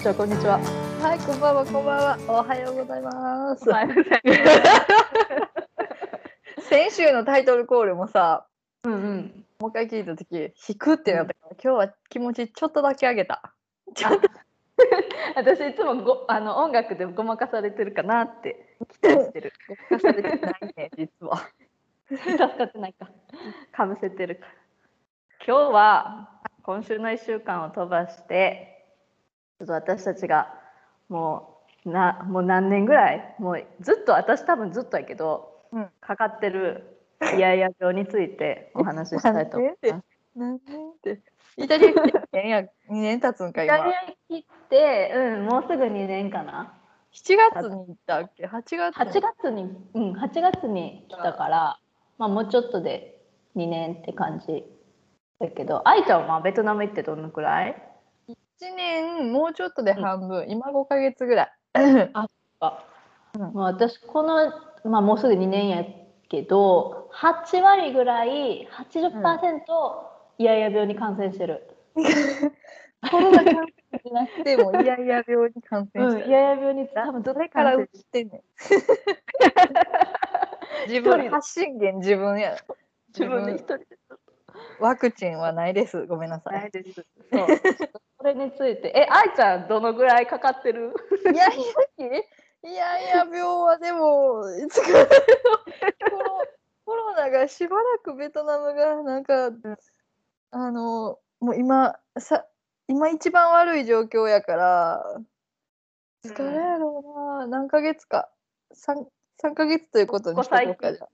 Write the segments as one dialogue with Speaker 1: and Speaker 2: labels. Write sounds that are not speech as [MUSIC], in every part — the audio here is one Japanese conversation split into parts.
Speaker 1: ちは、こんにちは。
Speaker 2: はい、こんばんは、こんばんは。おはようございます。
Speaker 1: い、
Speaker 2: 先週のタイトルコールもさ、
Speaker 1: うんうん。 [LAUGHS]
Speaker 2: もう一回聞いたとき、引くってなったから、今日は気持ちちょっとだけ上げた。
Speaker 1: 私いつもごあの音楽でごまかされてるかなって期待してる。
Speaker 2: ごまかされてないね、実
Speaker 1: [LAUGHS]
Speaker 2: は。
Speaker 1: 助かってないか。かぶせてるから。今日は今週の一週間を飛ばして、ちょっと私たちがもうなもう何年ぐらいもうずっと私多分ずっとやけど、
Speaker 2: うん
Speaker 1: かかってるイヤイヤ病についてお話ししたいと思います。
Speaker 2: [LAUGHS] なんて。イタリア来て2年や、2年経つんか、
Speaker 1: イタ
Speaker 2: 今
Speaker 1: リ。ア切って、うん、もうすぐ2年かな。
Speaker 2: 7月に行ったっけ ?8 月
Speaker 1: 8月に、うん、8月に来たから、まあ、もうちょっとで2年って感じだけど愛ちゃんはベトナム行ってどのくらい
Speaker 2: 1年、もうちょっとで半分、今5ヶ月 [LAUGHS] ぐらい。
Speaker 1: あ、
Speaker 2: うん
Speaker 1: まあ、私この、まあ、もうすぐ2年やけど8割ぐらい80%イヤイヤ病に感染してる。
Speaker 2: コロナ感染じゃなく [LAUGHS] て、もうイヤイヤ病に感染し
Speaker 1: う
Speaker 2: た。
Speaker 1: んイヤイヤ病に多分どれ
Speaker 2: か
Speaker 1: からら
Speaker 2: 映ってんねん。自
Speaker 1: 一人
Speaker 2: 分
Speaker 1: で
Speaker 2: 発信源自分や。
Speaker 1: 自分で一人で
Speaker 2: ワクチンはないです。ごめんなさ
Speaker 1: ない
Speaker 2: い。
Speaker 1: です。そう。これについて、え、愛ちゃんどのぐらいかかってる？
Speaker 2: いやいやいやいや病はでも [LAUGHS] いつかコロコロナがしばらくベトナムがなんか、あのもう今さ今一番悪い状況やから
Speaker 1: うん
Speaker 2: 疲れやろうな、何ヶ月か三三ヶ月ということにしとこうかじゃ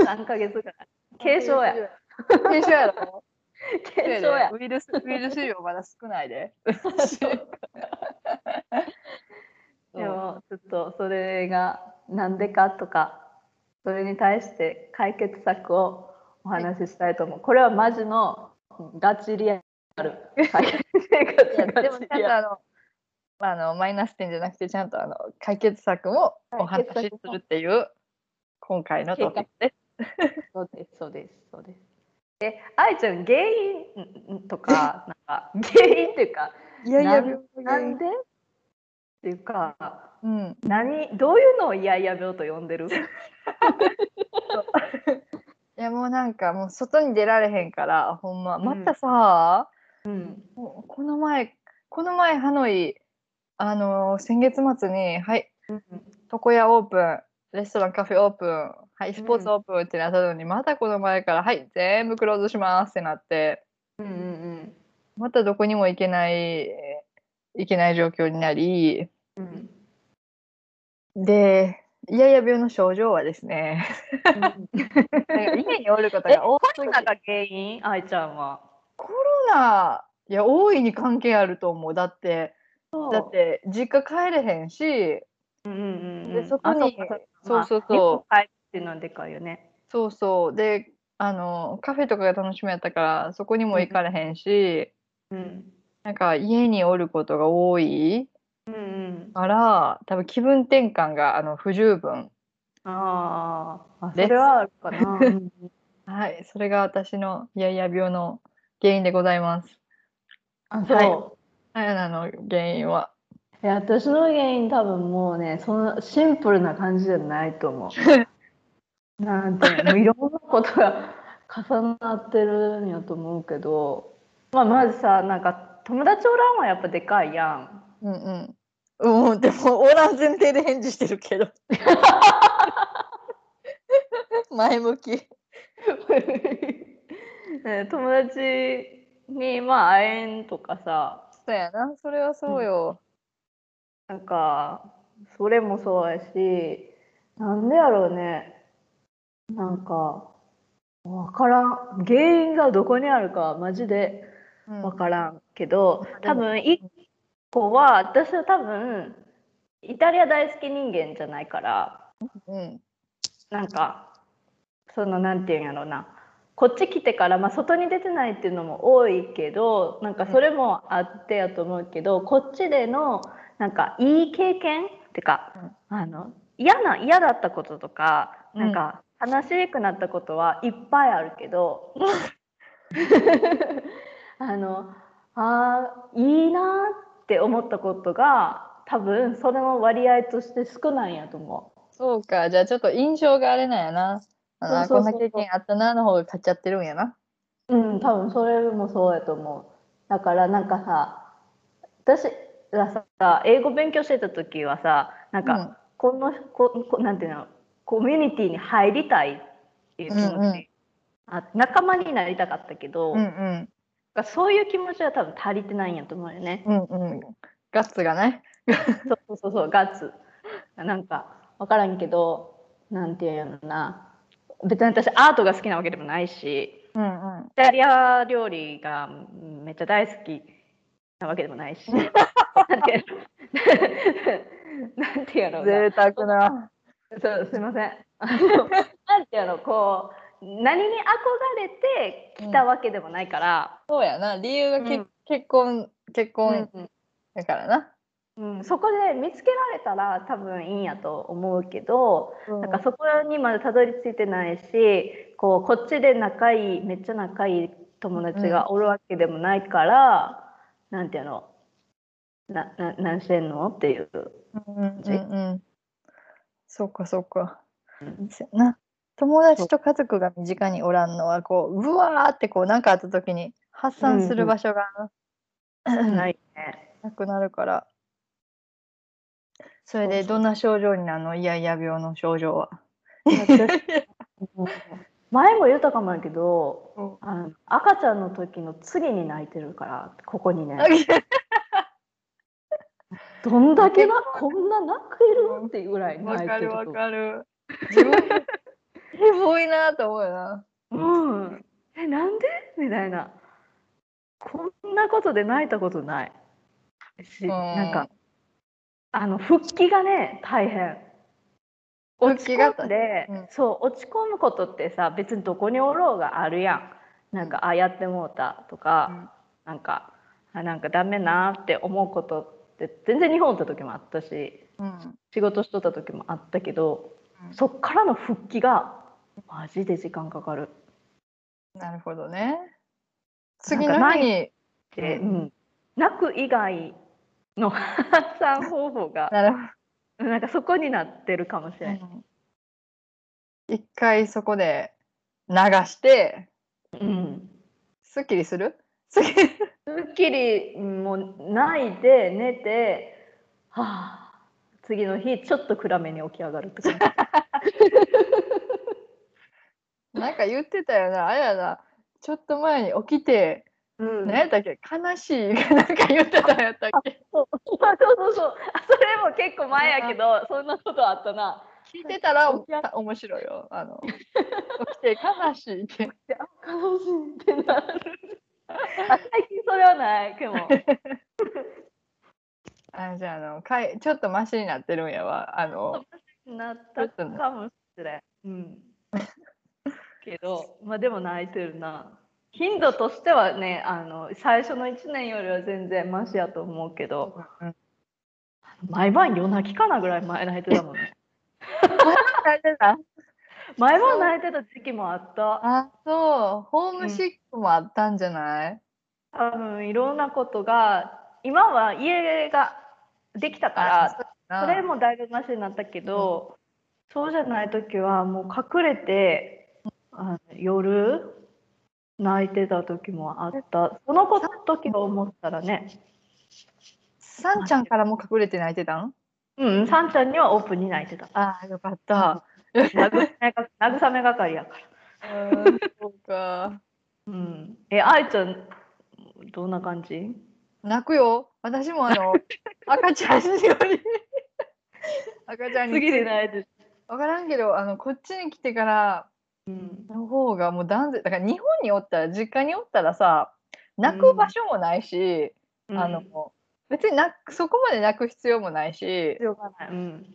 Speaker 2: あ
Speaker 1: 何ヶ月ぐらい？軽症や。
Speaker 2: 軽症やろ [LAUGHS]
Speaker 1: 軽症や。
Speaker 2: ウイルスウイルス量まだ少ない [LAUGHS] で
Speaker 1: でもちょっとそれがなんでかとか、それに対して解決策をお話ししたいと思う。これはマジのガチリアル。解決
Speaker 2: [LAUGHS] いや
Speaker 1: 策ガ
Speaker 2: でも
Speaker 1: チ
Speaker 2: ちゃん
Speaker 1: リ
Speaker 2: と
Speaker 1: アル
Speaker 2: あの、まあ、あのマイナス点じゃなくてちゃんとあの解決策もお話しするっていう今回のトピックです。
Speaker 1: そうですそうですそうです。え、愛ちゃん原因んとかなんか原因っていうか。
Speaker 2: い
Speaker 1: やいやな
Speaker 2: なんん
Speaker 1: でっていうか
Speaker 2: うん、
Speaker 1: 何どういうのをイヤイヤ病と呼んでる
Speaker 2: いやもうなんかもう外に出られへんからほんま
Speaker 1: ん
Speaker 2: またさ、
Speaker 1: うん
Speaker 2: もうこの前この前ハノイあの先月末に「はい床屋オープンレストランカフェオープンはいスポーツオープン」ってなったのに、またこの前から「はい全部クローズします」ってなって。
Speaker 1: うんうん
Speaker 2: またどこにも行けない行けない状況になり
Speaker 1: うんうん
Speaker 2: でいやいや病の症状はですねなんか家におるこ
Speaker 1: [LAUGHS]
Speaker 2: と
Speaker 1: え
Speaker 2: が多
Speaker 1: コ
Speaker 2: い
Speaker 1: ロナが原因愛ちゃんは
Speaker 2: ないや大いに関係あると思うだってだって実家帰れへんし
Speaker 1: うんうんうん
Speaker 2: でそこに
Speaker 1: あっかっか
Speaker 2: そうそうそう
Speaker 1: まあ日本帰っていうのはでかいよね
Speaker 2: そうそうであのカフェとかが楽しみやったからそこにも行かれへんし、
Speaker 1: うん
Speaker 2: なんか家におることが多い
Speaker 1: うんうん
Speaker 2: から多分気分転換があの不十分
Speaker 1: あーあそ
Speaker 2: です
Speaker 1: れはあるかな [LAUGHS] うん
Speaker 2: はいそれが私のいやいや病の原因でございます
Speaker 1: あ
Speaker 2: はい
Speaker 1: そう
Speaker 2: あやなの原因は。
Speaker 1: いや私の原因多分もうねそのシンプルな感じじゃないと思 [LAUGHS] う。なんていうのもういろんなことが重なってるんやと思うけど、まあ、まずさなんか友達おらんはやっぱでかいやん。
Speaker 2: うんうん。うん、でも、オーラン前提で返事してるけど。 [LAUGHS] 前向き。
Speaker 1: [LAUGHS] ね友達にまあ会えんとかさ
Speaker 2: そうやな、それはそうよ。
Speaker 1: なんかそれもそうやしなんでやろうねなんかわからん原因がどこにあるかマジで
Speaker 2: うん
Speaker 1: 分からんけど
Speaker 2: ん
Speaker 1: 多分一個は私は多分イタリア大好き人間じゃないから
Speaker 2: うん。
Speaker 1: なんかそのなんていうんやろうなこっち来てから、まあ、外に出てないっていうのも多いけどなんかそれもあってやと思うけどこっちでのなんかいい経験ってか、あの嫌な嫌だったこととか
Speaker 2: うん
Speaker 1: なんか悲しくなったことはいっぱいあるけど、 [LAUGHS] あのあーいいなーって思ったことが多分それの割合として少ないんやと思う。
Speaker 2: そうか、じゃあちょっと印象があれなんやな。あのあ
Speaker 1: そう
Speaker 2: こ
Speaker 1: そ
Speaker 2: ん
Speaker 1: うそうそう
Speaker 2: な経験あったなの方が買っちゃってるんやな。
Speaker 1: うん、多分それもそうやと思う。だからなんかさ、私がさ、英語勉強してた時はさ、なん
Speaker 2: う
Speaker 1: か、この、ここなんていうの、コミュニティに入りたいっていう気持ち、
Speaker 2: うんうん
Speaker 1: あ仲間になりたかったけど、
Speaker 2: うんうん
Speaker 1: なんかそういう気持ちは多分足りてないんやと思うよね。
Speaker 2: うんうん。ガッツがね。
Speaker 1: そうそうそうそうガッツなんか分からんけどなんていうのかな別に私アートが好きなわけでもないし
Speaker 2: うんうん。
Speaker 1: イタリア料理がめっちゃ大好きなわけでもないしなんてなんていうのかな
Speaker 2: 贅沢な。
Speaker 1: そうすいませんあの [LAUGHS] なんていうのこう何に憧れて来たわけでもないから、
Speaker 2: そうやな。理由がけ、
Speaker 1: うん
Speaker 2: 結婚結婚
Speaker 1: うん
Speaker 2: だからな。
Speaker 1: うんそこで見つけられたら多分いいんやと思うけど、なんかそこにまだたどり着いてないしこうこっちで仲いいめっちゃ仲いい友達がおるわけでもないから、なんていうのなな何してんのっていう
Speaker 2: うんうん
Speaker 1: じ
Speaker 2: うんうん。そうかそうか。
Speaker 1: うん
Speaker 2: そうやな。友達と家族が身近におらんのはこううわーってこう何かあった時に発散する場所が
Speaker 1: ない
Speaker 2: な
Speaker 1: ね、 [LAUGHS]
Speaker 2: くなるから。それでどんな症状になるのいやいや病の症状は。
Speaker 1: 前も言ったかもやけど
Speaker 2: うん
Speaker 1: あの赤ちゃんの時の次に泣いてるからここにねどんだけなこんな泣けるっていうぐらい泣いてると
Speaker 2: る。自分エボいなと思うよな。
Speaker 1: うん、えなんでみたいなこんなことで泣いたことないし、
Speaker 2: うん
Speaker 1: なんかあの復帰がね大変
Speaker 2: 復
Speaker 1: 落
Speaker 2: 帰
Speaker 1: ち
Speaker 2: が
Speaker 1: 込んで、
Speaker 2: うん
Speaker 1: そう落ち込むことってさ別にどこにおろうがあるやんなんか、あやってもうたとか、
Speaker 2: うん
Speaker 1: なんかあなんかダメなって思うことって全然日本おった時もあったし
Speaker 2: うん。
Speaker 1: 仕事しとった時もあったけど、
Speaker 2: うん
Speaker 1: そっからの復帰がマジで時間かかる。
Speaker 2: なるほどね。
Speaker 1: なんか
Speaker 2: 次の日
Speaker 1: ない
Speaker 2: に。
Speaker 1: で、
Speaker 2: う
Speaker 1: うんん、泣く以外の [LAUGHS] 発散方法が
Speaker 2: なるほど。
Speaker 1: なんかそこになってるかもしれない。
Speaker 2: 一回そこで流して
Speaker 1: うん
Speaker 2: すっきりするすっきり
Speaker 1: すっきりもう泣いて寝てはあ次の日ちょっと暗めに起き上がるって感じ
Speaker 2: なんか言ってたよなあれやなちょっと前に起きて、
Speaker 1: [LAUGHS] うん
Speaker 2: 何やったっけ悲しい [LAUGHS] なんか言ってたんやったっけ
Speaker 1: そうそうそう [LAUGHS] あそれも結構前やけどそんなことあったな。
Speaker 2: 聞いてたらおあ面白いよあの [LAUGHS] 起きて悲しいって
Speaker 1: 悲しいってなる。 [LAUGHS] あ最近それはないけど。
Speaker 2: あじゃああのかいちょっとマシになってるんやわあの
Speaker 1: なったかもしれない。うん。けど、まあでも泣いてるな。頻度としてはね、あの最初の1年よりは全然マシやと思うけど、毎晩夜泣きかなぐらい前泣いてたもんね。
Speaker 2: 大丈夫だ
Speaker 1: 毎晩泣いてた時期もあった。
Speaker 2: あそうホームシックもあったんじゃない、
Speaker 1: 多分いろんなことが、今は家ができたから、それもだいぶマシになったけど、そうじゃない時はもう隠れてあの夜泣いてた時もあったそのこと時を思ったらね
Speaker 2: さんちゃんからも隠れて泣いてたん
Speaker 1: うんさんちゃんにはオープンに泣いてた [LAUGHS]
Speaker 2: ああよかった。
Speaker 1: 慰めが慰め係やから、
Speaker 2: うんそうか。
Speaker 1: うん、え愛ちゃんどんな感じ
Speaker 2: 泣くよ。私もあ [LAUGHS] の赤ちゃんより [LAUGHS] 赤ちゃんに
Speaker 1: 次で泣いて
Speaker 2: 分からんけどあのこっちに来てから
Speaker 1: うん
Speaker 2: の方がもう断然だから日本におったら実家におったらさ泣く場所もないし、あの別に泣くそこまで泣く必要もないし
Speaker 1: 必要がない、うん、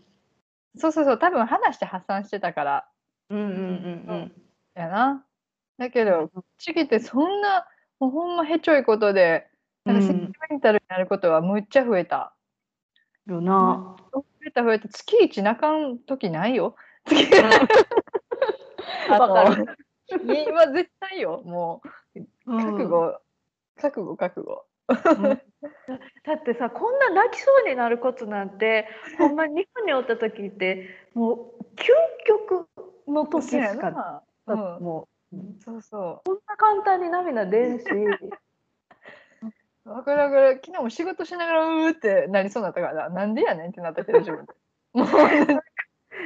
Speaker 2: そうそうそう多分話して発散してたから
Speaker 1: うんうんうん
Speaker 2: やな。だけどこっち来てそんなもうほんまへちょいことで
Speaker 1: う
Speaker 2: なん
Speaker 1: ん
Speaker 2: かセキュメンタルになることはむっちゃ増えた。
Speaker 1: うんよな
Speaker 2: 増えた増えた月一泣かん時ないよ。月一あ
Speaker 1: わか
Speaker 2: る。今絶対よもう覚悟、覚悟覚悟。
Speaker 1: うんだってさこんな泣きそうになることなん [LAUGHS] てほんまに日本におった時ってもう究極の時し
Speaker 2: そうや
Speaker 1: か
Speaker 2: な
Speaker 1: な
Speaker 2: うん、
Speaker 1: も
Speaker 2: そうそう
Speaker 1: こんな簡単に涙出んし
Speaker 2: わかるわかる昨日も仕事しながらうーってなりそうだったからななんでやねんってなったけど自 [LAUGHS] 分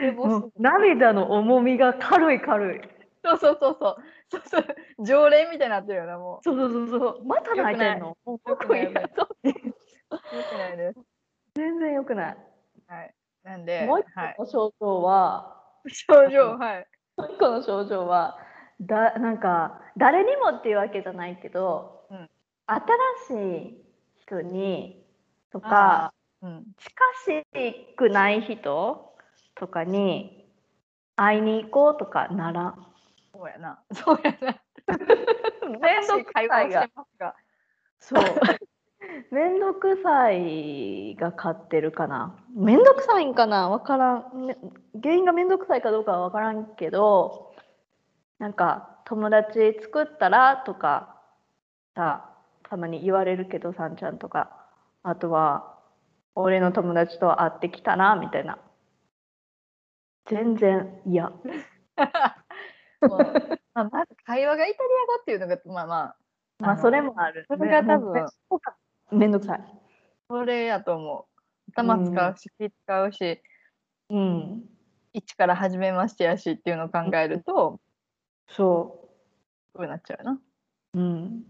Speaker 2: でもう
Speaker 1: も [LAUGHS] う涙の重みが軽い軽い
Speaker 2: そうそうそうそうそうそう常連みたいになってるよなも
Speaker 1: そうそうそうそうまた泣いてんのもう
Speaker 2: うよ
Speaker 1: よ
Speaker 2: く
Speaker 1: く
Speaker 2: ない
Speaker 1: い
Speaker 2: よ
Speaker 1: やと
Speaker 2: ねよくないです
Speaker 1: 全然よくない、
Speaker 2: はいなんで
Speaker 1: もう一
Speaker 2: はい、
Speaker 1: 個の症状は、
Speaker 2: 症状はい
Speaker 1: もう一個の症状はだなんか誰にもっていうわけじゃないけど、
Speaker 2: うん
Speaker 1: 新しい人にとか
Speaker 2: うん
Speaker 1: 近しくない人とかに会いに行こうとかならん。
Speaker 2: そうやなそうやな
Speaker 1: 面倒くさい
Speaker 2: 会話をして
Speaker 1: が。
Speaker 2: ますが
Speaker 1: [LAUGHS] そう。面倒くさいが勝ってるかな。面倒くさいんかなわからん、ね原因が面倒くさいかどうかはわからんけど、なんか友達作ったらとかさ、たまに言われるけど、さんちゃんとか。あとは、俺の友達と会ってきたらみたいな。全然嫌。
Speaker 2: もう [LAUGHS] まあ、まず会話がイタリア語っていうのがまあまあ
Speaker 1: まあ、
Speaker 2: の
Speaker 1: それもある。
Speaker 2: それが多分
Speaker 1: ねもうめんどくさい。
Speaker 2: それやと思う頭使うし気使うし
Speaker 1: うん。
Speaker 2: 一から始めましてやしっていうのを考えると
Speaker 1: そう。
Speaker 2: そうなっちゃうな
Speaker 1: うん。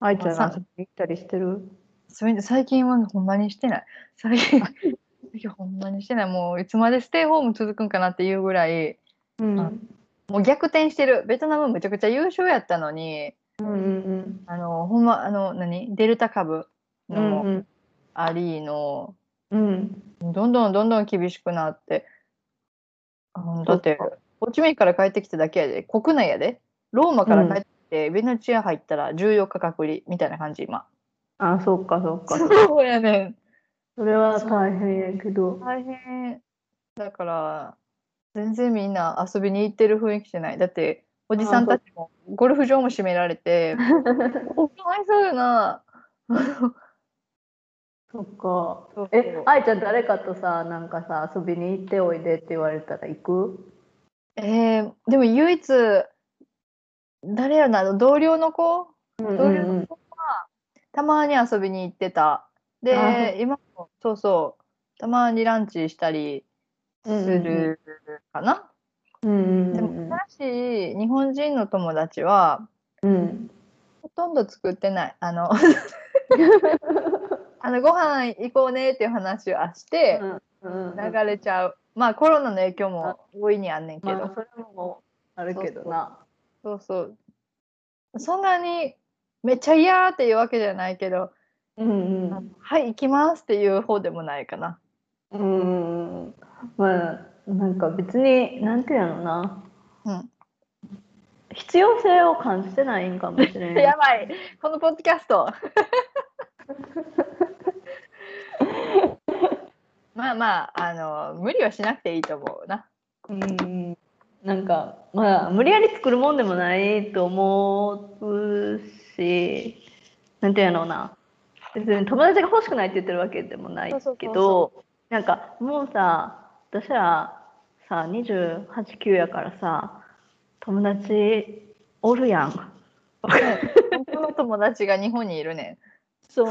Speaker 1: 愛ちゃん
Speaker 2: まあ
Speaker 1: が
Speaker 2: さ
Speaker 1: 遊びに行ったりしてる
Speaker 2: そういうんで最近はほんまにしてない最近最近ほんまにしてないもういつまでステイホーム続くんかなっていうぐらい
Speaker 1: うん
Speaker 2: あもう逆転してるベトナムめちゃくちゃ優勝やったのに
Speaker 1: うんうん
Speaker 2: あのほんまあの何デルタ株
Speaker 1: う
Speaker 2: のも
Speaker 1: ん
Speaker 2: ありの、
Speaker 1: うん
Speaker 2: どんどんどんどん厳しくなって。あのだって
Speaker 1: そっ、
Speaker 2: ホチミンから帰ってきただけやで、国内やで、ローマから帰ってきて、ベネチア入ったら14日隔離みたいな感じ、今。
Speaker 1: あそっかそっか
Speaker 2: そうやねん。
Speaker 1: それは大変やけど
Speaker 2: 大変。だから、全然みんな遊びに行ってる雰囲気じゃない。だって、おじさんたちも、ゴルフ場も閉めら
Speaker 1: [LAUGHS]
Speaker 2: れて、おかわいそうやな。
Speaker 1: そっかえ愛ちゃん誰かとさなんかさ遊びに行っておいでって言われたら行く
Speaker 2: えーでも唯一、誰やろな、あの同僚の子
Speaker 1: うん
Speaker 2: 同僚の子はたまに遊びに行ってた。
Speaker 1: あ
Speaker 2: で、今もそうそう、たまにランチしたりするかな。
Speaker 1: うん
Speaker 2: でも、新しい日本人の友達は、
Speaker 1: うん
Speaker 2: ほとんど作ってない。
Speaker 1: [LAUGHS]
Speaker 2: あの、あのご飯行こうねっていう話はして、
Speaker 1: うん
Speaker 2: 流れちゃう。まあ、コロナの影響も大いにあんねんけ
Speaker 1: ま
Speaker 2: ど。
Speaker 1: あそれもあるけどな
Speaker 2: そうそう。そんなにめっちゃ嫌っていうわけじゃないけど、
Speaker 1: うん
Speaker 2: はい、行きますっていう方でもないかな。
Speaker 1: うーんまあなんか別になんていうのな
Speaker 2: うん、
Speaker 1: 必要性を感じてないんかもしれん
Speaker 2: やばい、このポッドキャ
Speaker 1: [LAUGHS]
Speaker 2: スト。まあまあ、あの、無理はしなくていいと思うな。
Speaker 1: うんなんかまあ無理やり作るもんでもないと思うしなんていうのな別に友達が欲しくないって言ってるわけでもない
Speaker 2: そうそう
Speaker 1: け
Speaker 2: そう
Speaker 1: ど
Speaker 2: そ
Speaker 1: なんかもうさ私らさ289やからさ友達おるやん
Speaker 2: 本当の友達が日本にいるね
Speaker 1: [LAUGHS] そう
Speaker 2: ん。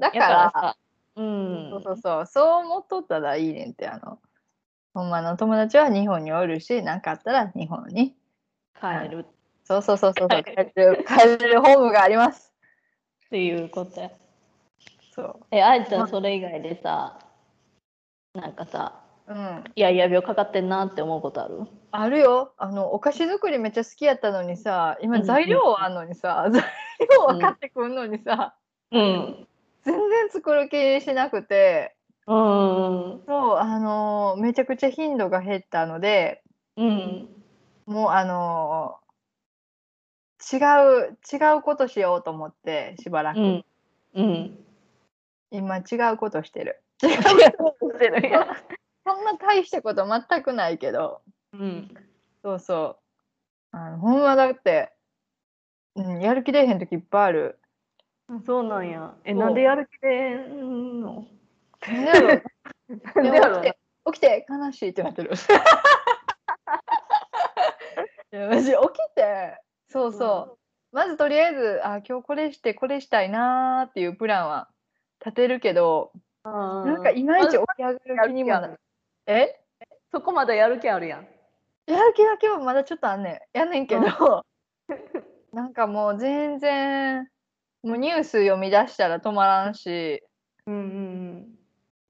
Speaker 2: だか
Speaker 1: や
Speaker 2: ら、
Speaker 1: からさう
Speaker 2: そうんそうそう、そう思っとったらいいねんって、あの、ほんまの友達は日本におるし、何かあったら日本に。
Speaker 1: 帰る
Speaker 2: そうそうそうそう、
Speaker 1: は
Speaker 2: そう
Speaker 1: い
Speaker 2: 帰れる、帰れるホームがあります。
Speaker 1: っていうことや
Speaker 2: そ
Speaker 1: え愛ちゃ
Speaker 2: ま
Speaker 1: んそれ以外でさなんかさ
Speaker 2: う。うん。
Speaker 1: いやいや病かかってんなって思うことある
Speaker 2: あるよ。あの、お菓子作りめっちゃ好きやったのにさ、
Speaker 1: うん
Speaker 2: 今
Speaker 1: うん
Speaker 2: 材料はあんのにさ、
Speaker 1: [LAUGHS]
Speaker 2: 材料は買ってくんのにさ、
Speaker 1: うん
Speaker 2: 全然作る気しなくて、
Speaker 1: うん
Speaker 2: そう、あのーめちゃくちゃ頻度が減ったので、
Speaker 1: うん
Speaker 2: もうあのー違う、違うことしようと思って、しばらく。
Speaker 1: うんうん
Speaker 2: 今違うことしてる。 [LAUGHS] そんな大したこと全くないけど、
Speaker 1: うん
Speaker 2: そうそう。あのほんまだって、うん、やる気出えへん時いっぱいある。
Speaker 1: あそうなんや。え、
Speaker 2: そう
Speaker 1: なんでやる気でんの
Speaker 2: 何や [LAUGHS] ろ
Speaker 1: なんでやろうな
Speaker 2: 起きて悲しいってな [LAUGHS] ってる。いやマジ起きてそうそう、まずとりあえずあ今日これしてこれしたいなーっていうプランは立てるけど、
Speaker 1: あー
Speaker 2: なんかいまいち起き上がる気にもな
Speaker 1: やる
Speaker 2: え
Speaker 1: そこまでやる気あるやん。
Speaker 2: やる気だけはまだちょっとあんねんやんねんけど、 [LAUGHS] なんかもう全然もうニュース読み出したら止まらんし
Speaker 1: うん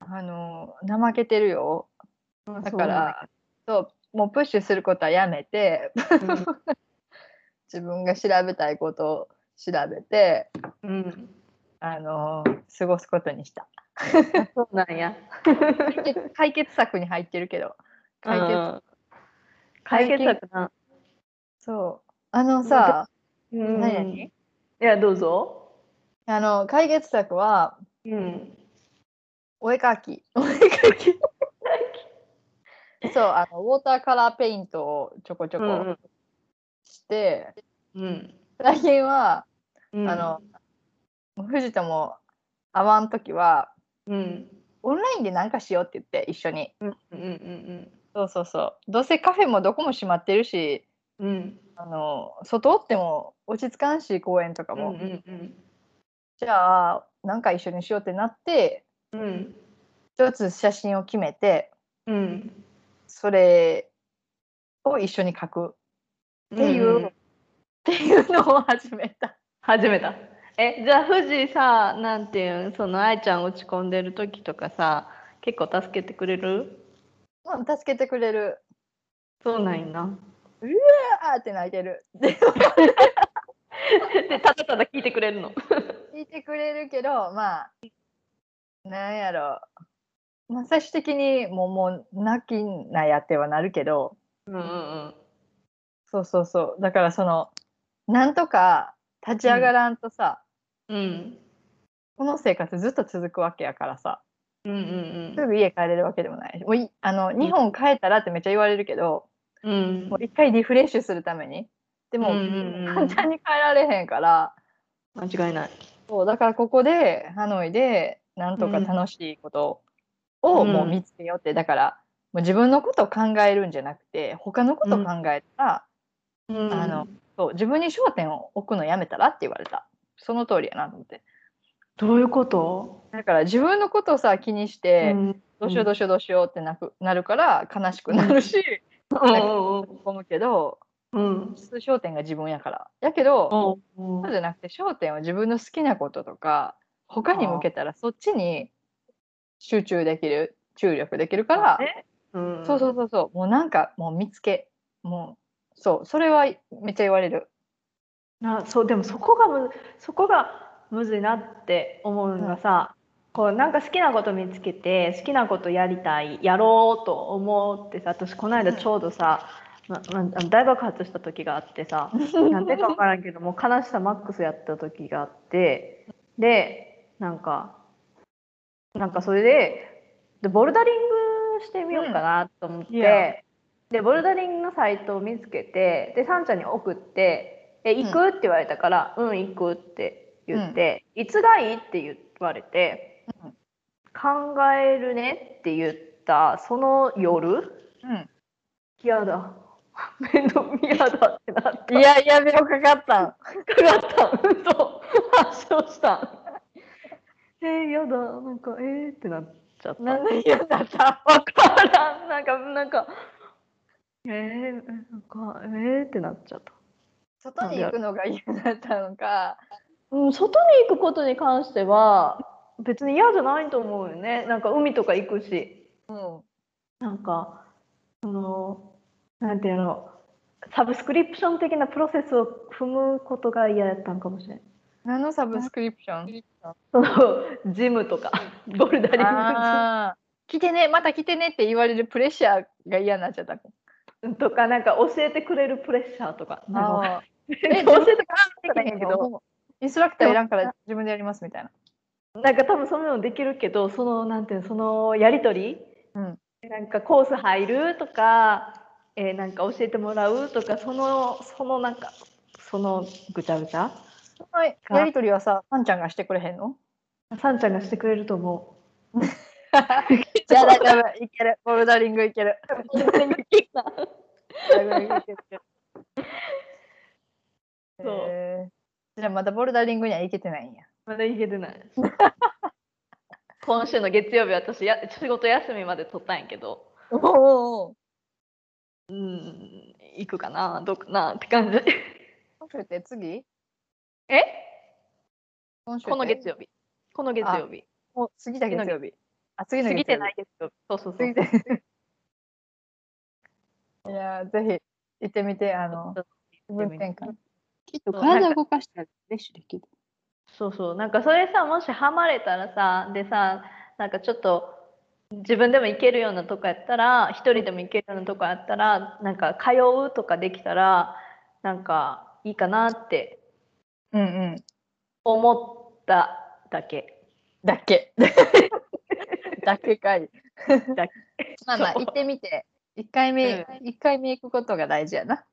Speaker 2: あの怠けてるよ
Speaker 1: うんうん。
Speaker 2: だからそうもうプッシュすることはやめて [LAUGHS]
Speaker 1: そうなんや、
Speaker 2: 自分が調べたいことを調べて、
Speaker 1: うんうん、
Speaker 2: あのー過ごすことにした
Speaker 1: そうなんや。
Speaker 2: 解決解決策に入ってるけど解決、
Speaker 1: うん解決策な。
Speaker 2: そうあのさ、
Speaker 1: うん
Speaker 2: 何々
Speaker 1: いや、どうぞ。
Speaker 2: あの解決策は
Speaker 1: うん。
Speaker 2: お絵描
Speaker 1: [LAUGHS]
Speaker 2: きお絵描きそうあのウォーターカラーペイントをちょこちょ
Speaker 1: うんう
Speaker 2: こ
Speaker 1: ん
Speaker 2: して、
Speaker 1: うん。
Speaker 2: 最近は
Speaker 1: うん
Speaker 2: あの、藤田も会わん時は
Speaker 1: うん。
Speaker 2: オンラインで何かしようって言って一緒に
Speaker 1: うんうん
Speaker 2: そうそうそうどうせカフェもどこも閉まってるし
Speaker 1: うんうん。うん。
Speaker 2: あの外おっても落ち着かんし公園とかも、
Speaker 1: うんうん
Speaker 2: じゃあなんか一緒にしようってなって
Speaker 1: うん。うん。
Speaker 2: 一つ写真を決めて
Speaker 1: うん。
Speaker 2: それを一緒に描く
Speaker 1: って
Speaker 2: いうっていうのを始めた。
Speaker 1: 始めたえじゃあ富士さなんていうんその愛ちゃん落ち込んでる時とかさ結構助けてくれる
Speaker 2: まあ、助けてくれる
Speaker 1: そうなんやな
Speaker 2: あーって泣いてるで
Speaker 1: でただただ聞いてくれるの
Speaker 2: 聞いてくれるけどまあなんやろまあ最終的にもうもう泣きなやってはなるけど
Speaker 1: うんうん
Speaker 2: そうそうそうだからそのなんとか立ち上がらんとさ、
Speaker 1: うん
Speaker 2: この生活ずっと続くわけやからさ
Speaker 1: うんうん
Speaker 2: すぐ家帰れるわけでもないしもういあの日本帰ったらってめっちゃ言われるけど
Speaker 1: うんうん
Speaker 2: もう一回リフレッシュするためにでも、
Speaker 1: うんうんうん
Speaker 2: 簡単に帰られへんから
Speaker 1: 間違いない
Speaker 2: そうだからここでハノイでなんとか楽しいことを
Speaker 1: うん
Speaker 2: もう見つけようって、だからもう自分のことを考えるんじゃなくて他のことを考えたら、
Speaker 1: うん
Speaker 2: あのそう自分に焦点を置くのやめたらって言われたその通りやなと思って
Speaker 1: どういうこと、
Speaker 2: だから自分のことをさ気にして、
Speaker 1: うん
Speaker 2: どうしようどうしようどうしようってなくなるから悲しくなるし
Speaker 1: うん
Speaker 2: 思うけど
Speaker 1: うん
Speaker 2: 実質焦点が自分やからやけど
Speaker 1: うん
Speaker 2: そうじゃなくて焦点を自分の好きなこととか他に向けたらそっちに集中できる注力できるから
Speaker 1: うん
Speaker 2: そうそうそうそうもうなんかもう見つけもうそうそれはめっちゃ言われる
Speaker 1: なそうでもそこがむそこがむずいなって思うのがさ、こうなんか好きなこと見つけて好きなことやりたいやろうと思ってさ私この間
Speaker 2: うん
Speaker 1: ちょうどさ、ままあの大爆発した時があって
Speaker 2: [LAUGHS]
Speaker 1: さなんでか分からんけどもう悲しさマックスやった時があってでなんかなんかそれででボルダリングしてみようかなと思って。
Speaker 2: うんいや
Speaker 1: でボルダリングのサイトを見つけてでサンちゃんに送って「え行く?」って言われたから「うん、行く」って言って「いつがいい?」って言われて
Speaker 2: うん
Speaker 1: 「考えるね」って言ったその夜
Speaker 2: う
Speaker 1: 嫌 [LAUGHS] だ面倒嫌だってなって
Speaker 2: んいやいや病かかったん
Speaker 1: かかったんと発症したん [LAUGHS] えー、やだなんかえー、ってなっちゃった
Speaker 2: なんで嫌だった
Speaker 1: わからんなんかなんかえー、なんかえー、ってなっちゃった
Speaker 2: 外に行くのが嫌だったのか
Speaker 1: うん、外に行くことに関しては別に嫌じゃないと思うよねなんか海とか行くし
Speaker 2: うん
Speaker 1: なんかそのなんていうのサブスクリプション的なプロセスを踏むことが嫌やったんかもしれない
Speaker 2: 何のサブスクリプション
Speaker 1: そのジムとかボルダリングジム
Speaker 2: あー来てねまた来てねって言われるプレッシャーが嫌になっちゃった
Speaker 1: とかなんか教えてくれるプレッシャーとかなんか
Speaker 2: あ
Speaker 1: 教え
Speaker 2: え
Speaker 1: てくれる
Speaker 2: ー
Speaker 1: けど
Speaker 2: インストラクターいらんから自分でやりますみたいな、
Speaker 1: なんか多分そののできるけどそのなんていうのそのやり取り
Speaker 2: うん、
Speaker 1: なんかコース入るとか、えーなんか教えてもらうとかそのそのなんかそのぐちゃぐちゃ
Speaker 2: はい、やりとりはさ、あんちゃんがしてくれへんの
Speaker 1: サンちゃんがしてくれると思
Speaker 2: じゃあ大丈夫、いける。ボルダリングいける。
Speaker 1: う。
Speaker 2: ボルダリングいける
Speaker 1: そう
Speaker 2: へーじゃあまだボルダリングには行けてないんや。
Speaker 1: まだいけてない。 [LAUGHS] 今週の月曜日私や仕事休みまで取ったんやけど、
Speaker 2: おお
Speaker 1: うん、行くかなどうかなって感じ。
Speaker 2: 今週って次
Speaker 1: え
Speaker 2: 今週
Speaker 1: この月曜日。この月曜日。
Speaker 2: 曜。もう過ぎた
Speaker 1: 次の
Speaker 2: 月曜
Speaker 1: 月曜
Speaker 2: 日。
Speaker 1: 日。
Speaker 2: あ、次の
Speaker 1: 過
Speaker 2: 月曜日。
Speaker 1: ぎてない月曜日。そうそう
Speaker 2: 過
Speaker 1: そう
Speaker 2: ぎ。てない。いやー、ぜひ行ってみて、あの、気分転換。
Speaker 3: きっと
Speaker 1: な
Speaker 3: 体
Speaker 1: んか
Speaker 3: 動かしたらリフレッシュできる。
Speaker 1: そうそうなんかそれさもしハマれたらさでさなんかちょっと自分でも行けるようなとこやったら一人でも行けるようなとこやったらなんか通うとかできたらなんかいいかなって
Speaker 2: うんうん。
Speaker 1: 思っただけ
Speaker 2: だけ。だけかい。
Speaker 1: だけ
Speaker 2: まあまあ、
Speaker 1: そう
Speaker 2: 行ってみて。一回目、一、回目行くことが大事やな。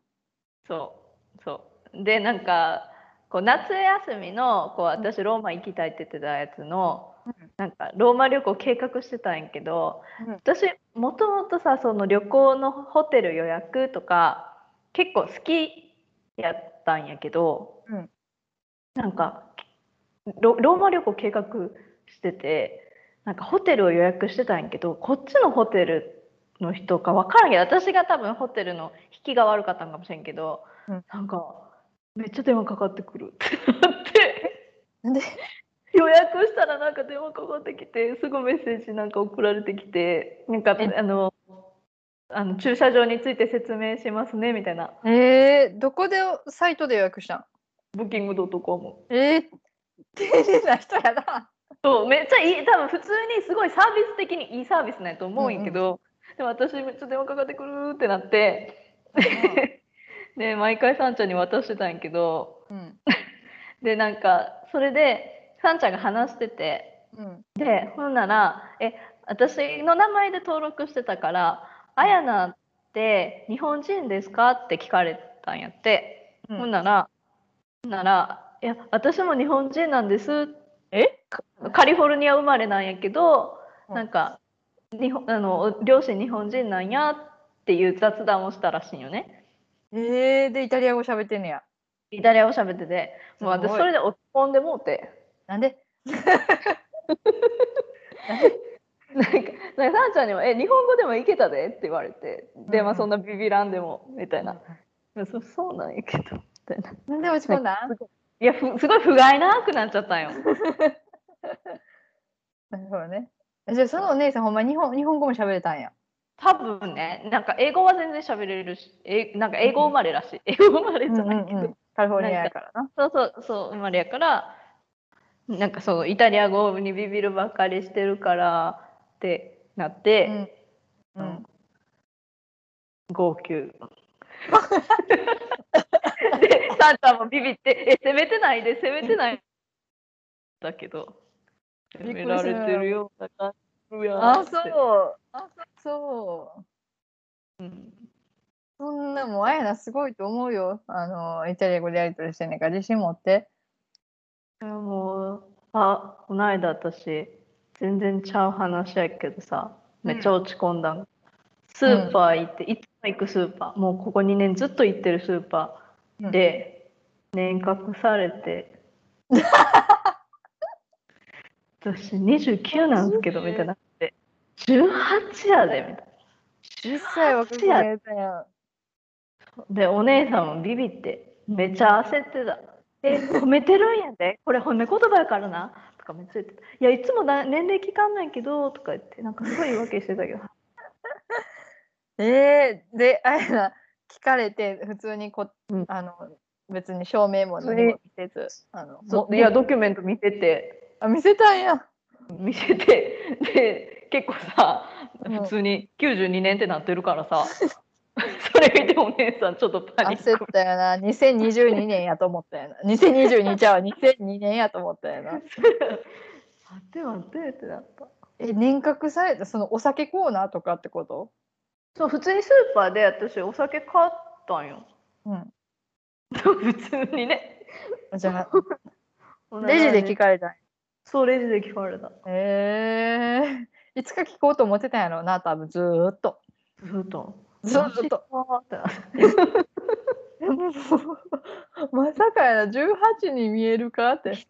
Speaker 1: そうそうでなんかこう夏休みのこう私ローマ行きたいって言ってたやつの、なんかローマ旅行計画してたんやけど、
Speaker 2: うん
Speaker 1: 私もともとさその旅行のホテル予約とか結構好きやったんやけど、
Speaker 2: うん
Speaker 1: なんかロローマ旅行計画しててなんかホテルを予約してたんやけどこっちのホテルの人か分からんけど私が多分ホテルの引きが悪かったんかもしれんけど、
Speaker 2: うん
Speaker 1: なんかめっちゃ電話かかってくるってなって [LAUGHS]
Speaker 2: なんで、
Speaker 1: 予約したらなんか電話かかってきてすぐメッセージなんか送られてきてなんか
Speaker 2: え
Speaker 1: あのあの駐車場について説明しますねみたいな
Speaker 2: えー、どこで、サイトで予約したん
Speaker 1: ブッキングドットコム
Speaker 2: えー、丁寧な人やな。
Speaker 1: そうめっちゃいい多分普通にすごいサービス的にいいサービスなんやと思うんやけど、でも私めっちゃ電話かかってくるってなってで毎回さんちゃんに渡してたんやけど
Speaker 2: うん。
Speaker 1: でなんかそれでさんちゃんが話してて
Speaker 2: うん。
Speaker 1: でほんなら「え私の名前で登録してたからあやなって日本人ですか?」って聞かれたんやって、
Speaker 2: うん
Speaker 1: ほんならほんなら「いや私も日本人なんです」えカリフォルニア生まれなんやけど、
Speaker 2: うん
Speaker 1: なんか日本あの両親日本人なんやっていう雑談をしたらしいんよね。
Speaker 2: えー、で、イタリア語喋ってんねや。
Speaker 1: イタリア語喋っててもう
Speaker 2: す
Speaker 1: 私
Speaker 2: ごい
Speaker 1: それで落ち込んでもうて。 [LAUGHS]
Speaker 2: なんで
Speaker 1: なんか、なんかさんちゃんにも「え日本語でもいけたで」って言われて「電話そんなビビらんでも」みたいな「いやそそうなんやけど」みたいな
Speaker 2: なんで落ち込んだん
Speaker 1: いやふすごい不甲斐なくなっちゃったんよ
Speaker 2: なるほどね。じゃあ、そのお姉さん、ほんま日本日本語も喋れたんや。
Speaker 1: 多分ねなんか英語は全然喋れるしえなんか英語生まれら
Speaker 2: [LAUGHS]
Speaker 1: しい英語生まれじゃないけど、
Speaker 2: うんうんうんカリフォルニアやからな。
Speaker 1: そうそうそう生まれやからなんかそのイタリア語にビビるばっかりしてるからってなって、
Speaker 2: う
Speaker 1: うんん号泣。で、サンタもビビって、え、責めてないで、責めてない。だけど、責められてるような感じや
Speaker 2: あ
Speaker 1: って
Speaker 2: そう。あそう。そんなもうあやなすごいと思うよ。あのイタリア語でやり取りしてんねんから自信持って。
Speaker 1: いやもう、あ、この間私、全然ちゃう話やけどさ、めっちゃ落ち込んだん。スーパー行って、いつも行くスーパー、もうここ2年ずっと行ってるスーパーで、年額され [LAUGHS] て、私29なんですけど、みたいなって、18やで、みたいな。
Speaker 2: 10歳若くやったやん。
Speaker 1: でお姉さんもビビってめっちゃ焦ってた「え褒めてるんや [LAUGHS] でこれ褒め言葉やからな」とかめっちゃ言ってた「いやいつもな年齢聞かんないけど」とか言ってなんかすごい言い訳してた [LAUGHS] けど
Speaker 2: えー、であやな聞かれて普通にこ、
Speaker 1: うん
Speaker 2: あの別に証明も何も見せず。あの
Speaker 1: そ
Speaker 2: も
Speaker 1: ういやドキュメント見てて
Speaker 2: あ見せたんや。
Speaker 1: 見せてで結構さ
Speaker 2: うん
Speaker 1: 普通に92年ってなってるから [LAUGHS] さそれ見てお姉さんちょっとパニッ
Speaker 2: 焦っ
Speaker 1: ク
Speaker 2: たよな。2022年やと思ったよな。2022ちゃうわ。2002年やと思ったよな。
Speaker 1: 待って待ってってなった
Speaker 2: え、年額された、そのお酒コーナーとかってこと
Speaker 1: そう普通にスーパーで私お酒買ったんよ
Speaker 2: うん。
Speaker 1: [LAUGHS] 普通にね
Speaker 2: じゃあ、
Speaker 1: レ
Speaker 2: レジで聞
Speaker 1: か
Speaker 2: かれたんや。
Speaker 1: そう、レジで聞かれた。
Speaker 2: ええいつか聞こうと思ってたんやろうな、多分ずーっと。
Speaker 1: ずっと。
Speaker 2: ずーっと。 [LAUGHS] まさかやな、18に見えるかって。
Speaker 1: 久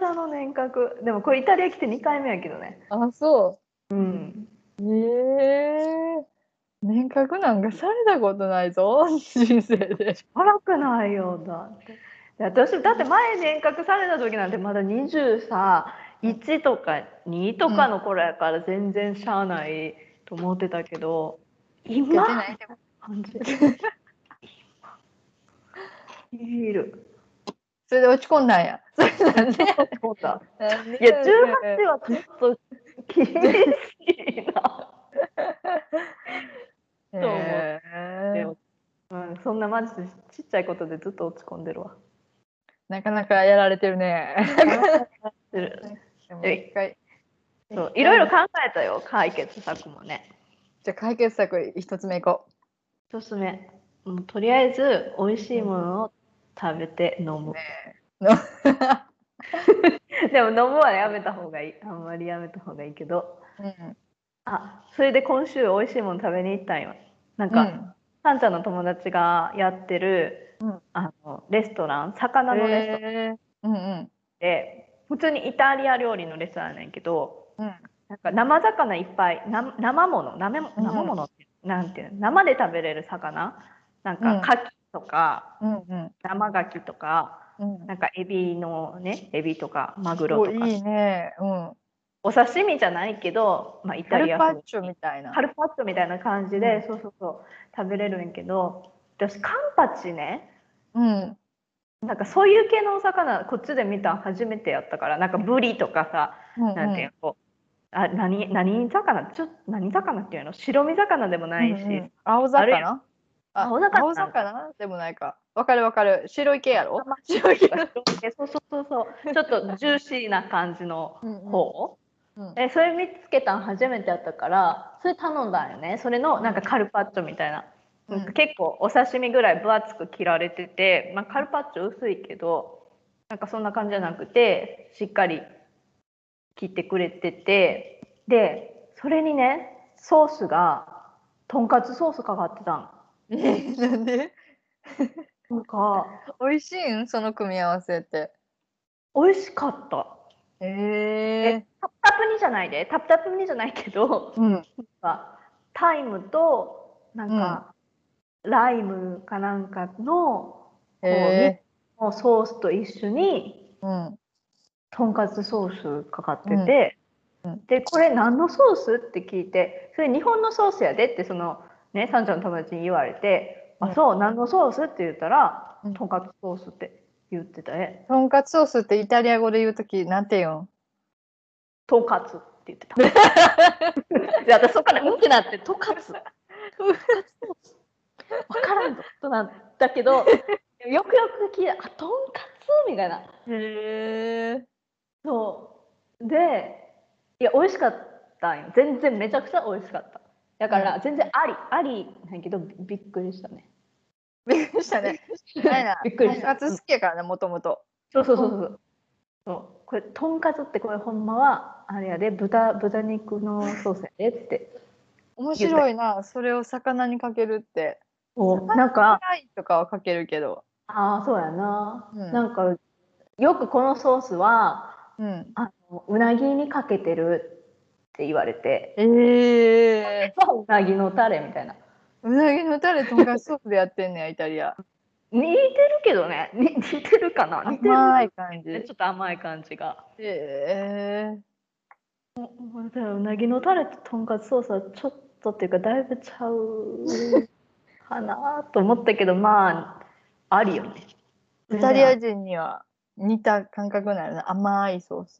Speaker 1: 々の年賀でもこれイタリア来て2回目やけどね。
Speaker 2: あ、そ
Speaker 1: うん。
Speaker 2: う。ええ年賀なんかされたことないぞ、人生で。
Speaker 1: 辛くないよだって。で私だって前年賀された時なんてまだ20さ1とか2とかの頃やから全然しゃあないと思ってたけど、今
Speaker 2: でも
Speaker 1: [LAUGHS] 感
Speaker 2: [LAUGHS]
Speaker 1: じ。今ビール。
Speaker 2: それで落ち込んだんや。それなんで
Speaker 1: そうだ
Speaker 2: なんで
Speaker 1: いや18はちょっと厳しいな。
Speaker 2: と
Speaker 1: 思ってうん、そんなマジでちっちゃいことでずっと落ち込んでる
Speaker 2: [LAUGHS]
Speaker 1: わ。
Speaker 2: なかなかやられてるね。でも一回
Speaker 1: そういろいろ考えたよ解決策もね。
Speaker 2: じゃあ解決策一つ目いこ
Speaker 1: 一つ目もうとりあえず美味しいものを食べて飲む。
Speaker 2: う。
Speaker 1: [LAUGHS] でも飲むはやめた方がいいあんまりやめた方がいいけど
Speaker 2: うん
Speaker 1: あそれで今週美味しいもの食べに行ったんよ。なんか、サンちゃんの友達がやってる、
Speaker 2: うん
Speaker 1: あのレストラン魚のレストラン
Speaker 2: へーうんうん
Speaker 1: で普通にイタリア料理のレストランなんやけど。
Speaker 2: うん
Speaker 1: なんか生魚いっぱいな生物なめ
Speaker 2: うん
Speaker 1: 生物って、なんていうの生で食べれる魚なん
Speaker 2: うん
Speaker 1: か牡蠣とか、
Speaker 2: うんうん
Speaker 1: 生牡蠣とか
Speaker 2: うん
Speaker 1: なんかエビのねエビとかマグロ
Speaker 2: お
Speaker 1: とか
Speaker 2: いいね。うん。
Speaker 1: お刺身じゃないけど、まあ、イ
Speaker 2: カ
Speaker 1: タリ
Speaker 2: ル
Speaker 1: ア
Speaker 2: パ
Speaker 1: 風
Speaker 2: ッチョみたいな
Speaker 1: カ。ルパッチョみたいな感じで、そうそうそう食べれるんやけど私カンパチね
Speaker 2: うん。
Speaker 1: なんかそういう系のお魚こっちで見たの初めてやったからなんかブリとかさ
Speaker 2: うん
Speaker 1: なんていうのこうあ何何魚ちょっと何魚っていうの白身魚でもないし、
Speaker 2: うんうん青
Speaker 1: あるや
Speaker 2: 魚あ
Speaker 1: 青魚
Speaker 2: 青魚でもないか。わかるわかる。白い系やろ白い系。
Speaker 1: そうそうそうそうちょっとジューシーな感じの
Speaker 2: うんうん
Speaker 1: 方、
Speaker 2: うん
Speaker 1: えそれ見つけたん初めてやったからそれ頼んだんよねそれのなんかカルパッチョみたいな、
Speaker 2: うん [LAUGHS]
Speaker 1: 結構お刺身ぐらい分厚く切られてて、まあ、カルパッチョ薄いけどなんかそんな感じじゃなくてしっかり切ってくれててでそれにねソースがとんかつソースかかってたん
Speaker 2: え [LAUGHS] ーなんで
Speaker 1: なんか
Speaker 2: 美味しいんその組み合わせって。
Speaker 1: 美味しかった。
Speaker 2: え
Speaker 1: えタプタプにじゃないでタプタプにじゃないけど
Speaker 2: うん。
Speaker 1: あタイムとなんか、ライムかなんかの
Speaker 2: え
Speaker 1: もうソースと一緒に
Speaker 2: ーうん。
Speaker 1: とんかつソースかかってて、でこれ何のソースって聞いてそれ日本のソースやでってそのねさんちゃんの友達に言われて、
Speaker 2: うん
Speaker 1: あそう何のソースって言ったら、
Speaker 2: うん
Speaker 1: とんかつソースって言ってたね
Speaker 2: とんかつソースってイタリア語で言うときなんて言うん
Speaker 1: とんかつって言ってた。で [LAUGHS] 私そっからうんってなってとんかつ。わからんとなったけ [LAUGHS] ど、よくよく聞いたあとんかつみたいな。
Speaker 2: へえ。
Speaker 1: そうでいや美味しかったんよ。全然めちゃくちゃ美味しかった。だから全然ありありなんやけどびびっくりしたね。
Speaker 2: びっくりしたね。ないな
Speaker 1: [LAUGHS] びっくりし
Speaker 2: と
Speaker 1: た。
Speaker 2: んかつ好きやからね、もともと。
Speaker 1: そうそうそうそう。そうこれとんかつってこれほんまはあれやで豚豚肉のソースやでって。
Speaker 2: 面白いな、それを魚にかけるって。
Speaker 1: そうなんか。
Speaker 2: フライとかはかけるけど。
Speaker 1: ああそうやな、
Speaker 2: うん
Speaker 1: なんかよくこのソースは
Speaker 2: うん。
Speaker 1: あのうなぎにかけてるって言われて
Speaker 2: ええ
Speaker 1: そううなぎのタレみたいな
Speaker 2: うなぎのタレとんかつソースでやってんねや、イタリア。
Speaker 1: 似てるけどね [LAUGHS] に似てるかな似てる
Speaker 2: 甘い感じ。
Speaker 1: ね
Speaker 2: え
Speaker 1: ちょっと甘い感じが
Speaker 2: え
Speaker 1: だからうなぎのタレととんかつソースはちょっとっていうかだいぶちゃうかなと思ったけどまあありよね
Speaker 2: イタリア人には似た感覚なのね、甘いソース。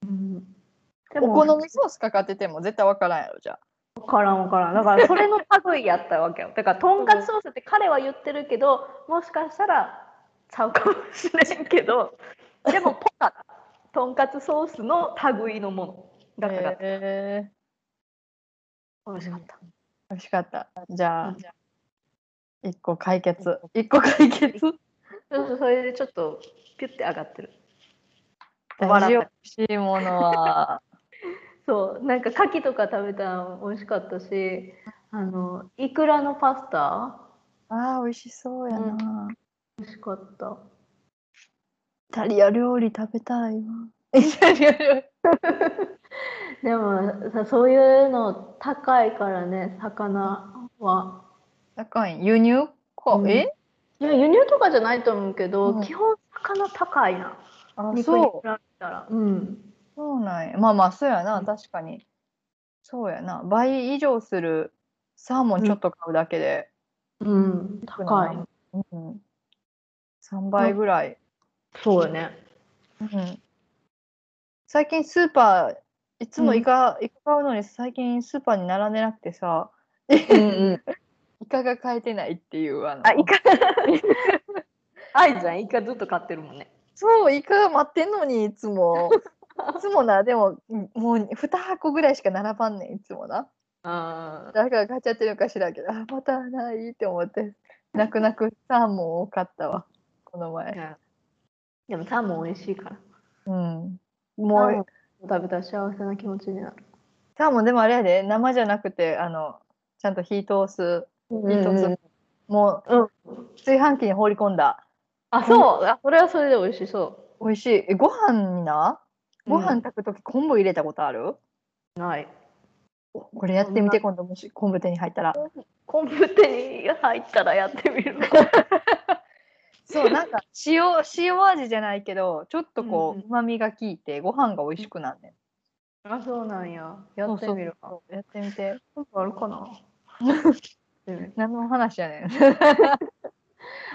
Speaker 1: で
Speaker 2: お
Speaker 1: も
Speaker 2: 好みソースかかってても絶対わからんやろ、じゃあ。
Speaker 1: 分からん分からんだからそれの類やったわけ
Speaker 2: [LAUGHS]
Speaker 1: よだからとんかつソースって彼は言ってるけどもしかしたらちゃうかもしれんけどでもぽか
Speaker 2: [LAUGHS]
Speaker 1: ったとんかつソースの類のものだから、
Speaker 2: ええ
Speaker 1: 美味しかった
Speaker 2: 美味しかった。じゃ
Speaker 1: うん、
Speaker 2: あ一個解決。一個解決。
Speaker 1: そうそうそれでちょっとピュッて上がってる
Speaker 2: 大事よ欲しいものは。
Speaker 1: そうなんか牡蠣とか食べたら美味しかったしあのイクラのパスタ
Speaker 2: ああ、美味しそうやな、イ
Speaker 1: 美味しかった
Speaker 2: タリア料理食べたいわ。イタリア料理。
Speaker 1: でもさそういうの高いからね魚は
Speaker 2: 高い。輸入か。
Speaker 1: うん
Speaker 2: え
Speaker 1: いや輸入とかじゃないと思うけど、
Speaker 2: うん
Speaker 1: 基本魚高いな
Speaker 2: あ
Speaker 1: 肉に比
Speaker 2: そう。
Speaker 1: べたらうん
Speaker 2: そうなんや。まあまあ、そうやな。
Speaker 1: うん
Speaker 2: 確かに。そうやな。倍以上するサーモンちょっと買うだけで。
Speaker 1: うん高い
Speaker 2: うん。3倍ぐらい。
Speaker 1: そうよね
Speaker 2: うん最近スーパーいつも
Speaker 1: うん
Speaker 2: イカ,、イカ買うのに最近スーパーに並んでなくてさ
Speaker 1: うんうん
Speaker 2: イカが買えてないっていうあ
Speaker 1: [LAUGHS]
Speaker 2: の
Speaker 1: あイカ [LAUGHS] 愛ちゃんイカずっと買ってるもんね
Speaker 2: そうイカ待ってんのにいつ
Speaker 1: [LAUGHS]
Speaker 2: もいつもなでももう2箱ぐらいしか並ばんねんいつもな
Speaker 1: あ
Speaker 2: だから買っちゃってるのかしらんけどあまたないって思って泣く泣くサーモンを買ったわこの前
Speaker 1: あでもサーモン美味しいから
Speaker 2: うん
Speaker 1: サ
Speaker 2: も
Speaker 1: ー
Speaker 2: う
Speaker 1: モン食べたら幸せな気持ちになる
Speaker 2: サーモンでもあれやで生じゃなくてあのちゃんと火通す
Speaker 1: う
Speaker 2: 火通す、もう
Speaker 1: うん
Speaker 2: 炊飯器に放り込んだ
Speaker 1: あそうあそれはそれで美味しそ
Speaker 2: 美味しいえご飯にな
Speaker 1: う
Speaker 2: ご飯炊く時昆布入れたことある、
Speaker 1: うんない
Speaker 2: おこれやってみて今度もし昆布手に入ったら
Speaker 1: コンプ手に入ったらやってみる
Speaker 2: そうなんか塩塩味じゃないけどちょっとこ
Speaker 1: うんう
Speaker 2: う
Speaker 1: ん
Speaker 2: うまみが効いてご飯が美味しくなんね
Speaker 1: [LAUGHS]
Speaker 2: ん
Speaker 1: あそうなんややってみるか
Speaker 2: そうそうそうやってみて
Speaker 1: なんかあるかなやってみる
Speaker 2: 何の話やねん
Speaker 1: [LAUGHS]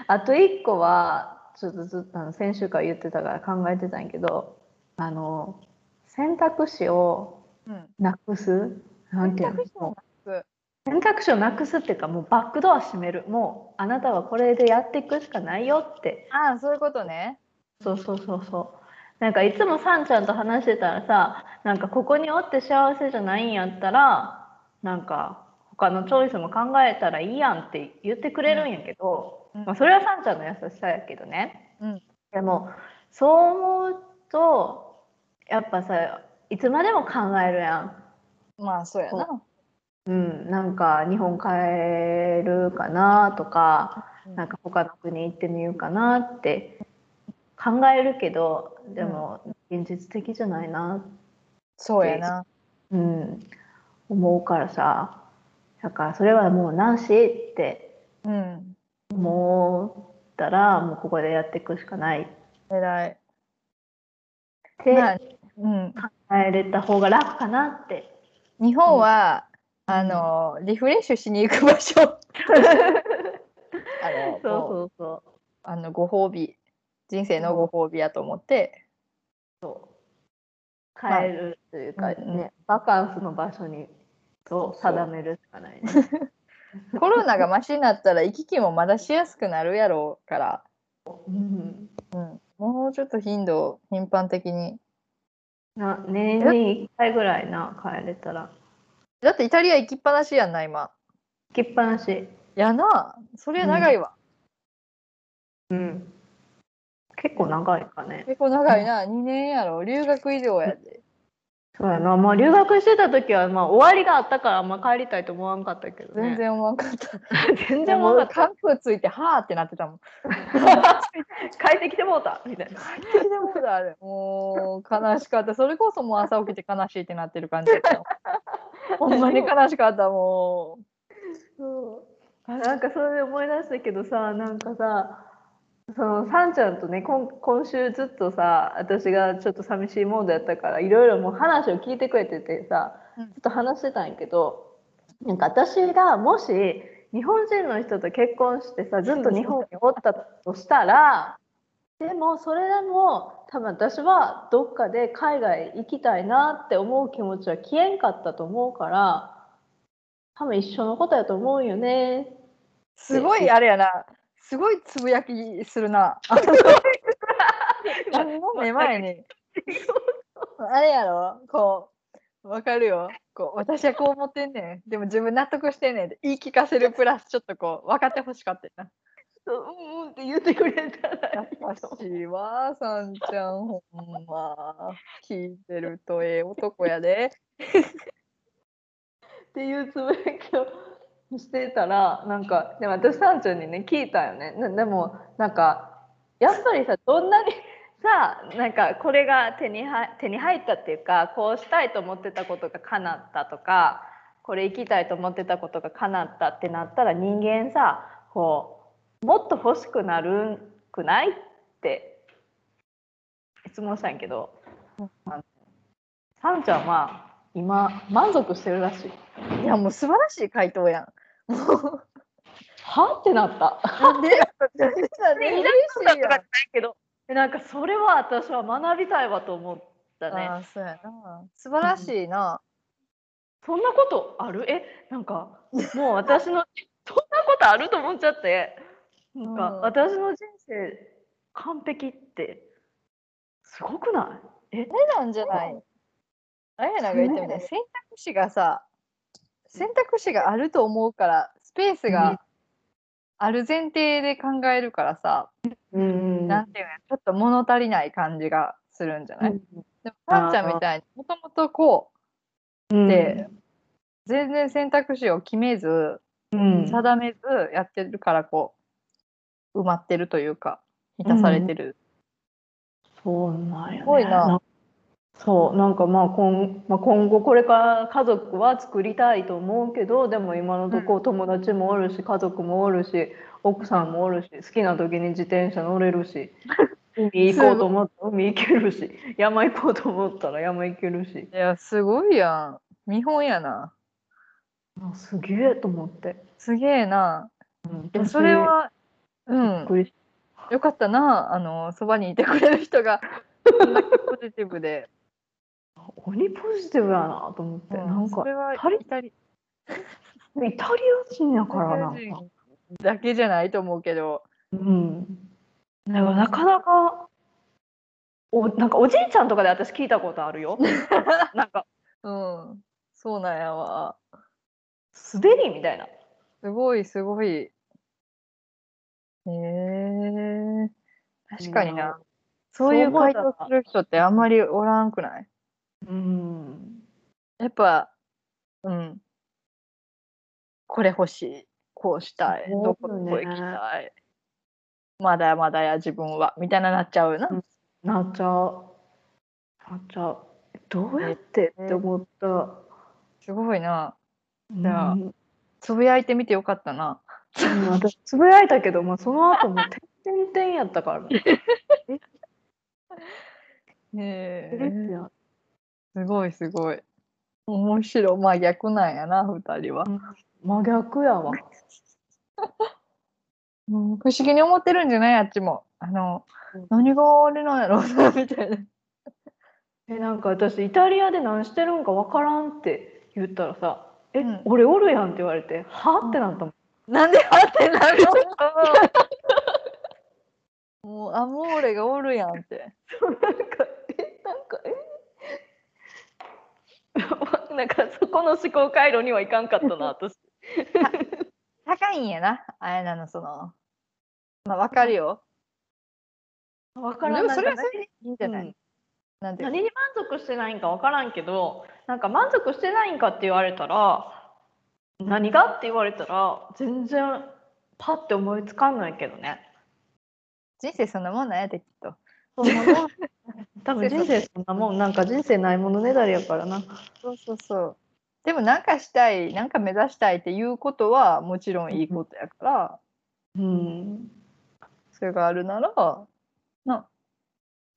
Speaker 1: あと一個はちょっとずあの先週から言ってたから考えてたんやけどあの選択肢を
Speaker 2: うん
Speaker 1: なくすなんていうの
Speaker 2: 選択肢をなく
Speaker 1: 選択肢をなくすっていうかもうバックドア閉めるもうあなたはこれでやっていくしかないよって
Speaker 2: ああそういうことね
Speaker 1: そうそうそうそうなんかいつもさんちゃんと話してたらさなんかここにおって幸せじゃないんやったらなんか他のチョイスも考えたらいいやんって言ってくれるんやけど、
Speaker 2: うんうん
Speaker 1: まあ、それはさんちゃんの優しさやけどね、
Speaker 2: うん
Speaker 1: でもそう思うとやっぱさいつまでも考えるやん
Speaker 2: まあそうやな
Speaker 1: うん、なんか日本帰るかなとか、
Speaker 2: うん
Speaker 1: なんか他の国行ってみようかなって考えるけど、でも現実的じゃないな、
Speaker 2: そうやな
Speaker 1: うん、思うからさ、だからそれはもうなしって
Speaker 2: うん
Speaker 1: 思ったら、もうここでやっていくしかないっ
Speaker 2: 偉い
Speaker 1: て
Speaker 2: まあうん
Speaker 1: 考えれた方が楽かなって。
Speaker 2: 日本は、あのリフレッシュしに行く
Speaker 1: [LAUGHS]
Speaker 2: 場所あの
Speaker 1: そう
Speaker 2: もう
Speaker 1: そうそ
Speaker 2: あのご褒美人生のご褒美やと
Speaker 1: [LAUGHS]
Speaker 2: 思って、
Speaker 1: う。帰るというかね、
Speaker 2: うんうん
Speaker 1: バカンスの場所にそう定めるしかないね。
Speaker 2: コロナがマシになったら行き来もまだしやすくなるやろうから
Speaker 1: [LAUGHS] うん
Speaker 2: もうちょっと頻度を頻繁的に
Speaker 1: な年に1回ぐらいな帰れたら
Speaker 2: だってイタリア行きっぱなしやんな今
Speaker 1: 行きっぱなし、
Speaker 2: やなそれは長いわ、
Speaker 1: うん、結構長いかね
Speaker 2: 結構長いな2年やろ留学以上やで
Speaker 1: そうやなまあ留学してた時はまあ終わりがあったからあんま帰りたいと思わんかったけど、ね、
Speaker 2: 全然思わんかった
Speaker 1: 然 [LAUGHS] 全然思わんかった
Speaker 2: もう寒風ついてはーってなってたもん
Speaker 1: [LAUGHS] 帰ってきてもうたみたいな
Speaker 2: でもだあれもう悲しかったそれこそもう朝起きて悲しいってなってる感じだったよ [LAUGHS] ほんまに悲しかったも
Speaker 1: そうなんかそれで思い出したけどさなんかさそのさんちゃんとね今今週ずっとさ私がちょっと寂しいモードやったからいろいろもう話を聞いてくれててさち
Speaker 2: う
Speaker 1: ょ
Speaker 2: ん
Speaker 1: っと話してたんやけどなんか私がもし日本人の人と結婚してさずっと日本におったとしたらでもそれでも多分私はどっかで海外行きたいなって思う気持ちは消えんかったと思うから多分一緒のことやと思うよね
Speaker 2: うすごいあれやなすごいつぶやきするな何の目前に [LAUGHS] あれやろこうわかるよこう私はこう思ってんねんでも自分納得してんねんって言い聞かせるプラスちょっとこう分かってほしかったよな
Speaker 1: そううんうんって言ってくれたらいいと思う
Speaker 2: しわさんちゃんほんま聞いてるとええ男やで。
Speaker 1: っていうつぶやきをしてたらなんかでも私さんちゃんにね聞いたよねなでもなんかやっぱりさどんなにさなんかこれが手には手に入ったっていうかこうしたいと思ってたことが叶ったとかこれ生きたいと思ってたことが叶ったってなったら人間さこうもっと欲しくなるくないって質問したんやけど、あのさんちゃんは今満足してるらしい。
Speaker 2: いやもう素晴らしい回答やん。もう
Speaker 1: はってなった。
Speaker 2: なんでなんでなんで
Speaker 1: い
Speaker 2: 嬉
Speaker 1: な
Speaker 2: しいやん。
Speaker 1: けど、なんかそれは私は学びたいわと思った
Speaker 2: あ
Speaker 1: ね。
Speaker 2: あそうやな。素晴らしいな。
Speaker 1: そんなことある？え、なんかもう私の [LAUGHS] そんなことあると思っちゃって、なんか
Speaker 2: うん
Speaker 1: 私の人生完璧ってすごくない？
Speaker 2: あれなんじゃないあやなんか言ってみたい。選択肢がさ、選択肢があると思うから、スペースがある前提で考えるからさ、
Speaker 1: うん
Speaker 2: なんていうのやちょっと物足りない感じがするんじゃない、でも、さんちゃんみたいにもともとこうで、全然選択肢を決めず、
Speaker 1: うん、
Speaker 2: 定めずやってるからこう、埋まってるというか、満たされてる。
Speaker 1: そうなんや、ね。
Speaker 2: すごいな。
Speaker 1: そうなんかまあ今,、まあ、今後これから家族は作りたいと思うけどでも今のとこ友達もおるし家族もおるし奥さんもおるし好きな時に自転車乗れる
Speaker 2: [LAUGHS]
Speaker 1: し海行こうと思ったら海行けるし山行こうと思ったら山行けるし
Speaker 2: いや、すごいやん。見本やな。
Speaker 1: あすげえと思って、
Speaker 2: すげえな。
Speaker 1: うん
Speaker 2: いや、それは、う
Speaker 1: びっ
Speaker 2: ん。
Speaker 1: くりし
Speaker 2: よかったな、あの、そばにいてくれる人が、こんだけポジティブで。
Speaker 1: た鬼ポジティブやなと思って、
Speaker 2: うん
Speaker 1: なん
Speaker 2: そ
Speaker 1: か
Speaker 2: れはイ
Speaker 1: 足り
Speaker 2: タリ
Speaker 1: イタリア人やからな
Speaker 2: イタリ
Speaker 1: ん
Speaker 2: ア
Speaker 1: か
Speaker 2: 人だけじゃないと思うけど。
Speaker 1: うんだからなかなかおなんかおじいちゃんとかで私聞いたことある
Speaker 2: [LAUGHS]
Speaker 1: よなんか
Speaker 2: うん。そうなんやわ。
Speaker 1: 素手にみたいな
Speaker 2: すごい、すごい。へえ確かにな。そういう回答する人ってあんまりおらんくない
Speaker 1: うん
Speaker 2: やっぱ、うん。これ欲しい。こうしたい。
Speaker 1: そうよね
Speaker 2: どこどこ行きたい。まだまだや自分は。みたいななっちゃうな。
Speaker 1: うんなっちゃうなっちゃうどうやってって思った、
Speaker 2: すごいな。
Speaker 1: うん
Speaker 2: じゃあつぶやいてみてよかったな。
Speaker 1: うん私つぶやいたけど、まあ、その後もう点々点やったからね
Speaker 2: へ
Speaker 1: てれってや
Speaker 2: すごいすごい。面白い。まあ逆なんやな、二人は。
Speaker 1: 真逆やわ
Speaker 2: うん不思議に思ってるんじゃないあっちも。あの、何が俺のやろみたい [LAUGHS] な。
Speaker 1: えなんか私イタリアで何してるんかわからんって言ったらさ「え、
Speaker 2: うん
Speaker 1: 俺おるやん」って言われて「は?」ってなったもん。 [LAUGHS]
Speaker 2: なんであって [LAUGHS] なるのもう、アモーレがおるやんって。
Speaker 1: なんかえなんかえ [LAUGHS] なんかそこの思考回路にはいかんかったな [LAUGHS] 私
Speaker 2: 高いんやな、あやなのその。まあ、わかるよ。
Speaker 1: わ
Speaker 2: で
Speaker 1: からん
Speaker 2: も
Speaker 1: なん
Speaker 2: そ
Speaker 1: か
Speaker 2: れはそれでいいんじゃ
Speaker 1: 何,う、
Speaker 2: なんい、なんで
Speaker 1: 何に満足してないんかわからんけどなんか満足してないんかって言われたら何がって言われたら全然パッて思いつかんないけどね
Speaker 2: 人生そんなもんなんやできっと。
Speaker 1: そんなもん [LAUGHS] 多分人生そんなもんなんか人生ないものねだりやからな
Speaker 2: そうそうそう。でもなんかしたい、なんか目指したいっていうことはもちろんいいことやから、
Speaker 1: うん
Speaker 2: それがあるなら、な、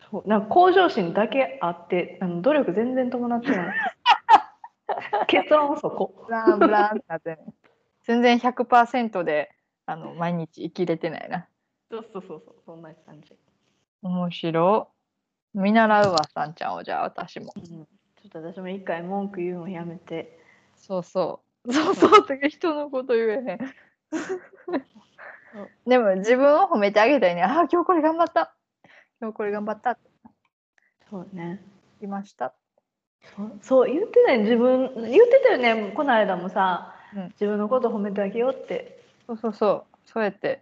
Speaker 1: そうなんか向上心だけあってあの努力全然伴って [LAUGHS] ない結論はそこ
Speaker 2: ブランブランってなってね。全然100%で、あの、毎日生きれてないな。
Speaker 1: そうそうそうそうそんな感じ、
Speaker 2: 面白い。見習うわ、さんちゃんを、じゃあ私も。
Speaker 1: ちょっと私も一回文句言うのやめて
Speaker 2: そうそう。そうそうって人のこと言えへん。でも自分を褒めてあげたいね。ああ、今日これ頑張った。今日これ頑張った。
Speaker 1: そうね
Speaker 2: いました。
Speaker 1: そうそう言ってたよ自分言ってたよねこの間もさ、
Speaker 2: うん
Speaker 1: 自分のこと褒めてあげようって
Speaker 2: そうそうそう。そうやって。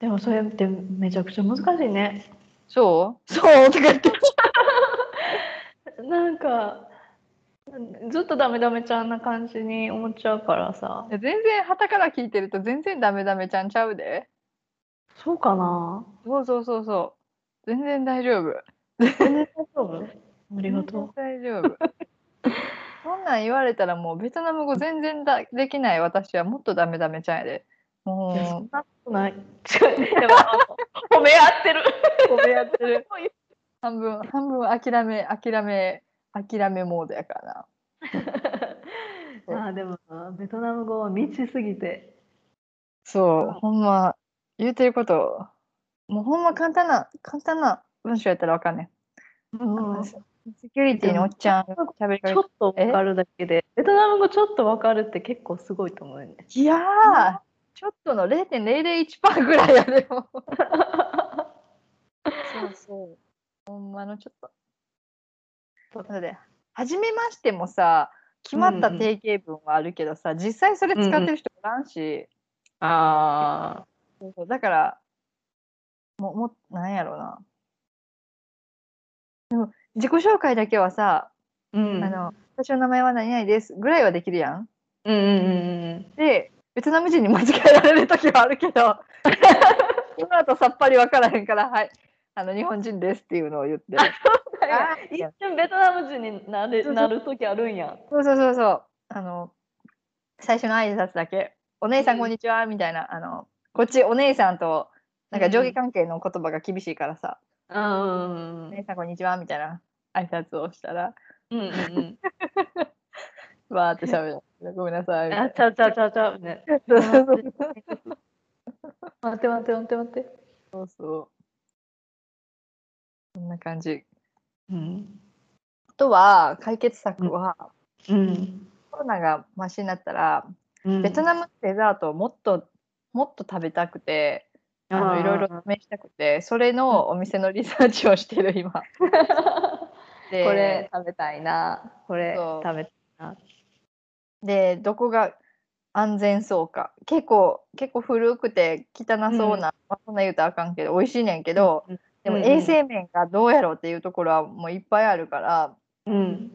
Speaker 1: でもそれってめちゃくちゃ難しいね。
Speaker 2: そうそうとか言って。
Speaker 1: なんかずっとダメダメちゃんな感じに思っちゃうからさ
Speaker 2: い。や全然旗から聞いてると全然ダメダメちゃんちゃうで。
Speaker 1: そうかな。
Speaker 2: そうそうそうそう。全然大丈夫。
Speaker 1: 全然大丈夫。 [LAUGHS] ありがとう。
Speaker 2: 全然大丈夫。 [LAUGHS] そんなん言われたらもうベトナム語全然だできない私はもっとダメダメちゃんやで。
Speaker 1: いやそ
Speaker 2: も
Speaker 1: んなことない。 [LAUGHS] 違う。でもあの褒め合ってる。
Speaker 2: う、やってる。半分、半分諦め、諦め、諦めモードやからな。そう
Speaker 1: あーでもベトナム語は未知すぎて。
Speaker 2: そうう、
Speaker 1: ん
Speaker 2: ほんま、言うてること、もうほんま簡単な、簡単な文章やったらわかんね
Speaker 1: うん
Speaker 2: ん。セキュリティのおっちゃん
Speaker 1: でも
Speaker 2: 喋りか
Speaker 1: ち
Speaker 2: け
Speaker 1: ょっと分かるだけで、ベトナム語ちょっと分かるって結構すごいと思うよね。
Speaker 2: いやー、ちょっとの0.001%ぐらいやでも。そうそう。ほんまのちょっと。なので、初めましてもさ、決まった
Speaker 1: うんうん
Speaker 2: 定型文はあるけどさ、実際それ使ってる人おらんし、
Speaker 1: あ
Speaker 2: そうそうだから、もう、もう、なんやろうな。でも、自己紹介だけはさ、
Speaker 1: あ。うん。
Speaker 2: あの、私の名前は何々ですぐらいはできるやん。
Speaker 1: うんうんうん
Speaker 2: で、ベトナム人に間違えられる時はある
Speaker 1: [LAUGHS]
Speaker 2: けど、今だとさっぱり分からへんから、はい、あの日本人ですっていうのを言って。
Speaker 1: うん。
Speaker 2: あー
Speaker 1: 一瞬ベトナム人になれ
Speaker 2: そうそう
Speaker 1: なる時あるんや。
Speaker 2: そうそうそうそう。あの、最初の挨拶だけ、お姉さ
Speaker 1: うんん
Speaker 2: こんにちはみたいな、あの、こっちお姉さんと、なんか上
Speaker 1: うんう
Speaker 2: 下
Speaker 1: ん
Speaker 2: 関係の言葉が厳しいからさ、
Speaker 1: うんうん
Speaker 2: お姉さんこんにちはみたいな挨拶をしたら、
Speaker 1: うんうん。
Speaker 2: わーって喋る。
Speaker 1: [LAUGHS]
Speaker 2: ごめんなさいみた
Speaker 1: あ
Speaker 2: い
Speaker 1: ちゃうちゃうちゃうちゃうね。
Speaker 2: な。そうそうそう
Speaker 1: 待って待って待って待って。
Speaker 2: そうそう。そんな感じ。
Speaker 1: うん。
Speaker 2: あとは、解決策は、
Speaker 1: うん。
Speaker 2: コロナがマシになったら、
Speaker 1: うん
Speaker 2: ベトナムデザートをもっともっと食べたくてあのいろいろ試したくてそれのお店のリサーチをしてる今。
Speaker 1: [LAUGHS]
Speaker 2: で
Speaker 1: これ食べたいな。これ
Speaker 2: そう
Speaker 1: 食べたい。
Speaker 2: でどこが安全そうか結構結構古くて汚そうな、
Speaker 1: うん
Speaker 2: まあ、そんな言うたらあかんけど美味しいねんけど、
Speaker 1: うん
Speaker 2: でも
Speaker 1: うんうん
Speaker 2: 衛生面がどうやろうっていうところはもういっぱいあるから
Speaker 1: うん。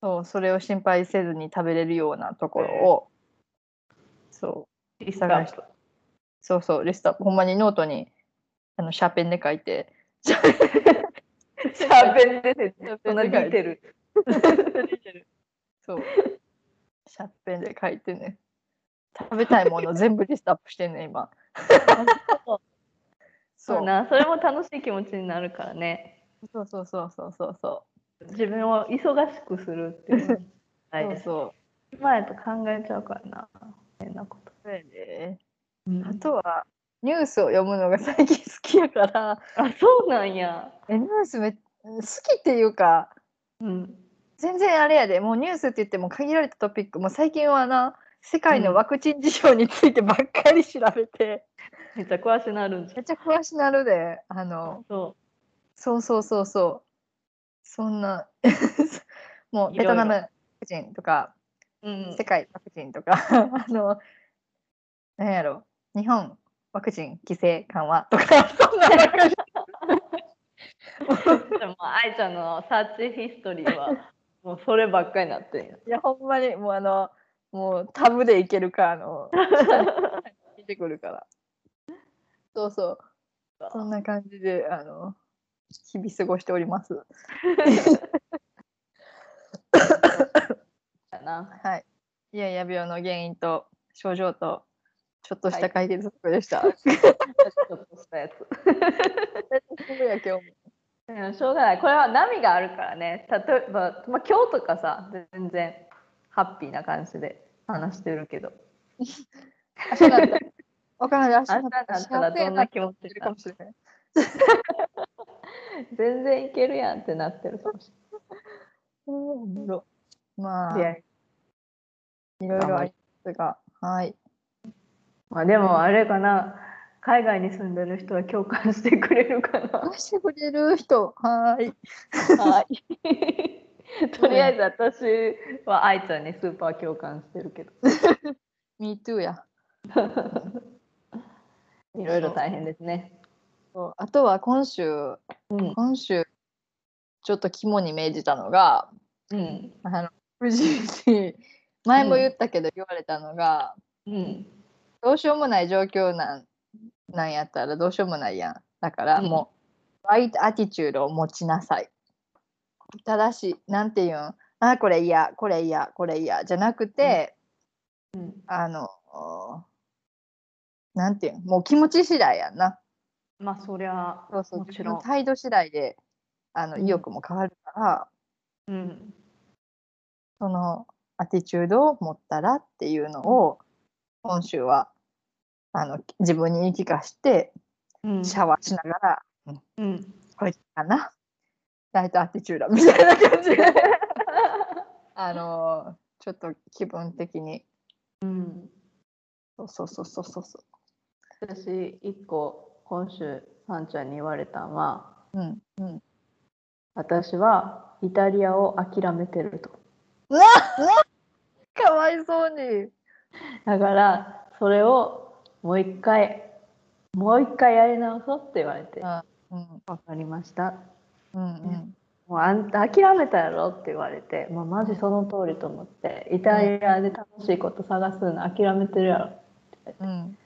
Speaker 2: そうそれを心配せずに食べれるようなところを、そう
Speaker 1: リス
Speaker 2: 探してそうそう、リストアップ。ほんまにノートにあのシャーペンで書いて。シャー
Speaker 1: 喋ってて、
Speaker 2: ペン
Speaker 1: そんなディテール。 [LAUGHS]
Speaker 2: る。そう。 [LAUGHS] シャーペンで書いてね。食べたいもの全部リストアップしてんね、今。そ
Speaker 1: そう
Speaker 2: う
Speaker 1: な、それも楽しい気持ちになるからね。
Speaker 2: そうそうそうそうそうそう。
Speaker 1: 自分を忙しくするっていうのが大
Speaker 2: そう
Speaker 1: 事。
Speaker 2: そう
Speaker 1: 前と考えちゃうからな。変なこと。
Speaker 2: そうやであ
Speaker 1: あと、
Speaker 2: とは、ニュースを読むのが最近好きやから、
Speaker 1: あ、そうなんや。
Speaker 2: えニュースめ好きっていうか、
Speaker 1: うん。
Speaker 2: 全然あれやでもうニュースって言っても限られたトピックもう最近はな世界のワクチン事情についてばっかり調べて、
Speaker 1: めっちゃ詳しくなるんじ
Speaker 2: めっちゃ詳しなるであ
Speaker 1: ゃん
Speaker 2: の。
Speaker 1: そ
Speaker 2: そうそうそうそうそんな [LAUGHS] もう
Speaker 1: い
Speaker 2: ベ
Speaker 1: ろ
Speaker 2: ト
Speaker 1: いろ
Speaker 2: ナムワクチンとか
Speaker 1: う。うん
Speaker 2: 世。界ワクチンとか [LAUGHS] あのなんやろ日本ワクチン規制緩和
Speaker 1: [LAUGHS]
Speaker 2: とかそんなばっかり
Speaker 1: でも、愛ちゃんのサーチヒストリー
Speaker 2: [LAUGHS]
Speaker 1: は、もうそればっかりなってんや。
Speaker 2: いやほんまにもうあのもうタブでいけるか
Speaker 1: [LAUGHS]
Speaker 2: あの見てくるからそうそうそんな感じであの日々過ごしております
Speaker 1: だな。
Speaker 2: はいいやいや病の原因と症状とちょっとした解決策
Speaker 1: [LAUGHS]
Speaker 2: でした、
Speaker 1: ちょっとしたやつ。
Speaker 2: そうや今日も
Speaker 1: いやしょうがないこれは波があるからね例えば、まあ、今日とかさ全然ハッピーな感じで話してるけど
Speaker 2: 明日だったらわからない明日
Speaker 1: あんただったらどんな気持ち
Speaker 2: い
Speaker 1: な
Speaker 2: るか
Speaker 1: の
Speaker 2: もしれない
Speaker 1: 全然いけるやんってなってるかもし
Speaker 2: うんまあ
Speaker 1: れない
Speaker 2: いろいろありますがはい
Speaker 1: まあ、でもあれかな海外に住んでる人は共感してくれるかな
Speaker 2: 出してくれる人はーい
Speaker 1: はい [LAUGHS] とりあえず私は愛ちゃんにスーパー共感してるけど
Speaker 2: Me too や。
Speaker 1: いろいろ大変ですね。
Speaker 2: そうあとは今週
Speaker 1: うん、
Speaker 2: 今週ちょっと肝に銘じたのが
Speaker 1: うん、
Speaker 2: あの藤井に前も言ったけど言われたのが、
Speaker 1: うん、
Speaker 2: どうしようもない状況なんなんやったらどうしようもないやんだから
Speaker 1: うん
Speaker 2: もう、バイトアティチュードを持ちなさいただしなんていうんあこれ嫌これ嫌これ嫌じゃなくて、
Speaker 1: うん、
Speaker 2: あのなんていうんもう気持ち次第やんな
Speaker 1: まあ、そりゃ、
Speaker 2: そうそう
Speaker 1: も
Speaker 2: 自
Speaker 1: ち
Speaker 2: 分
Speaker 1: ろん
Speaker 2: の態度次第であの
Speaker 1: うん
Speaker 2: 意欲も変わるから、
Speaker 1: うん、
Speaker 2: そのアティチュードを持ったらっていうのを今週はあの自分に言い聞かして
Speaker 1: うん、
Speaker 2: シャワーしながら、
Speaker 1: うん、
Speaker 2: これかなライトアティチュードみたいな感じ [LAUGHS] であのちょっと気分的に
Speaker 1: うん。
Speaker 2: そうそうそうそうそうそ
Speaker 1: 私一個今週さんちゃんに言われたのは
Speaker 2: ううんうん
Speaker 1: 私はイタリアを諦めてると
Speaker 2: かわいそうに
Speaker 1: だからそれをもう一回もう一回やり直そうって言われて
Speaker 2: あうん
Speaker 1: 分かりました
Speaker 2: うんうん
Speaker 1: もうあんた諦めたやろって言われてもうマジその通りと思ってイタリアで楽しいこと探すの諦めてるやろ
Speaker 2: うん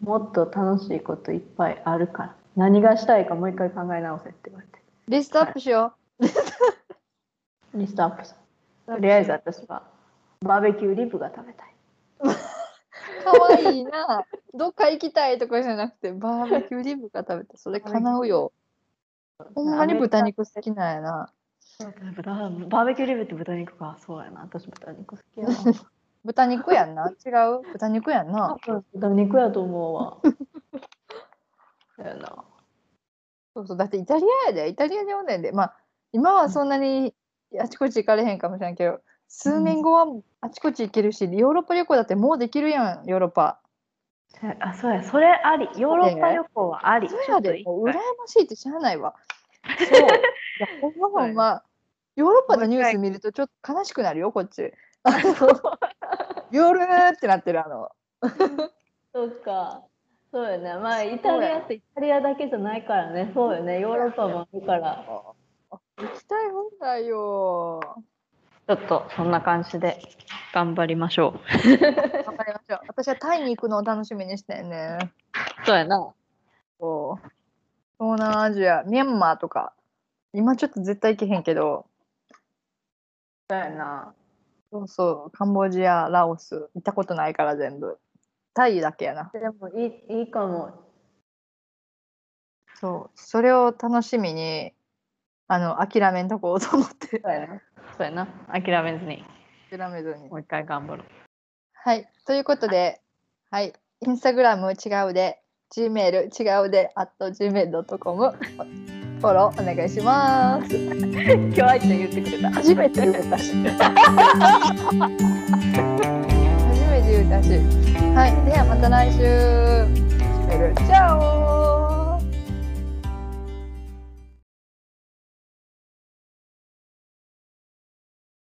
Speaker 1: もっと楽しいこといっぱいあるから何がしたいかもう一回考え直せって言われて
Speaker 2: リストアップしよ
Speaker 1: リストアップした
Speaker 2: う
Speaker 1: とりあえず私はバーベキューリブが食べたい
Speaker 2: かわいいな。どっか行きたいとかじゃなくて、バーベキューリブが食べた。それ叶うよ。ほんまに豚肉好きなんやな。
Speaker 1: 豚バーベキューリブって豚肉かそうやな私豚肉好き [LAUGHS] やな
Speaker 2: 豚肉やんな。違う豚肉やんな。
Speaker 1: 豚肉やと思うわそうやな
Speaker 2: そうそう。だってイタリアやで。イタリアにおんねんで。まあ、今はそんなにあちこち行かれへんかもしれんけど、数年後はあちこち行けるし、ヨーロッパ旅行だってもうできるやん、ヨーロッパ。
Speaker 1: そやあそうやそれありヨーロッパ旅行はあり
Speaker 2: そ
Speaker 1: ちょ
Speaker 2: うや
Speaker 1: っと
Speaker 2: で
Speaker 1: 一。
Speaker 2: もう
Speaker 1: 回
Speaker 2: 羨ましいって知らない
Speaker 1: [LAUGHS]
Speaker 2: わ。そう。いやほんまほんま。ヨーロッパのニュース見るとちょっと悲しくなるよ、こっち。夜ってなってるあの。
Speaker 1: そうかそうよねまあイタリアってイタリアだけじゃないからねそうよねヨーロッパもあるから
Speaker 2: 行きたい本だよ。
Speaker 1: ちょっとそんな感じで頑張りましょう
Speaker 2: 頑張りましょう。私はタイに行くのを楽しみにしてんね。
Speaker 1: そうやな
Speaker 2: そう東南アジア、ミャンマーとか。今ちょっと絶対行けへんけど、
Speaker 1: そうやな
Speaker 2: そうそう、カンボジア、ラオス、行ったことないから全部。タイだけやな。
Speaker 1: でもいいいいかも
Speaker 2: そう、それを楽しみに、あの、諦めんとこうと思って、
Speaker 1: そうやなそうやな諦めずに
Speaker 2: 諦めずに
Speaker 1: も。う一回頑張ろう
Speaker 2: はい、ということで、はい、インスタグラム違うで、Gmail 違うで、at gmail.com、フォローお願いしま
Speaker 1: [LAUGHS]
Speaker 2: す。
Speaker 1: 今日愛ちゃん言ってくれた。
Speaker 2: 初めて言うたし。初めて言うたし。はい、ではまた来週。チャオ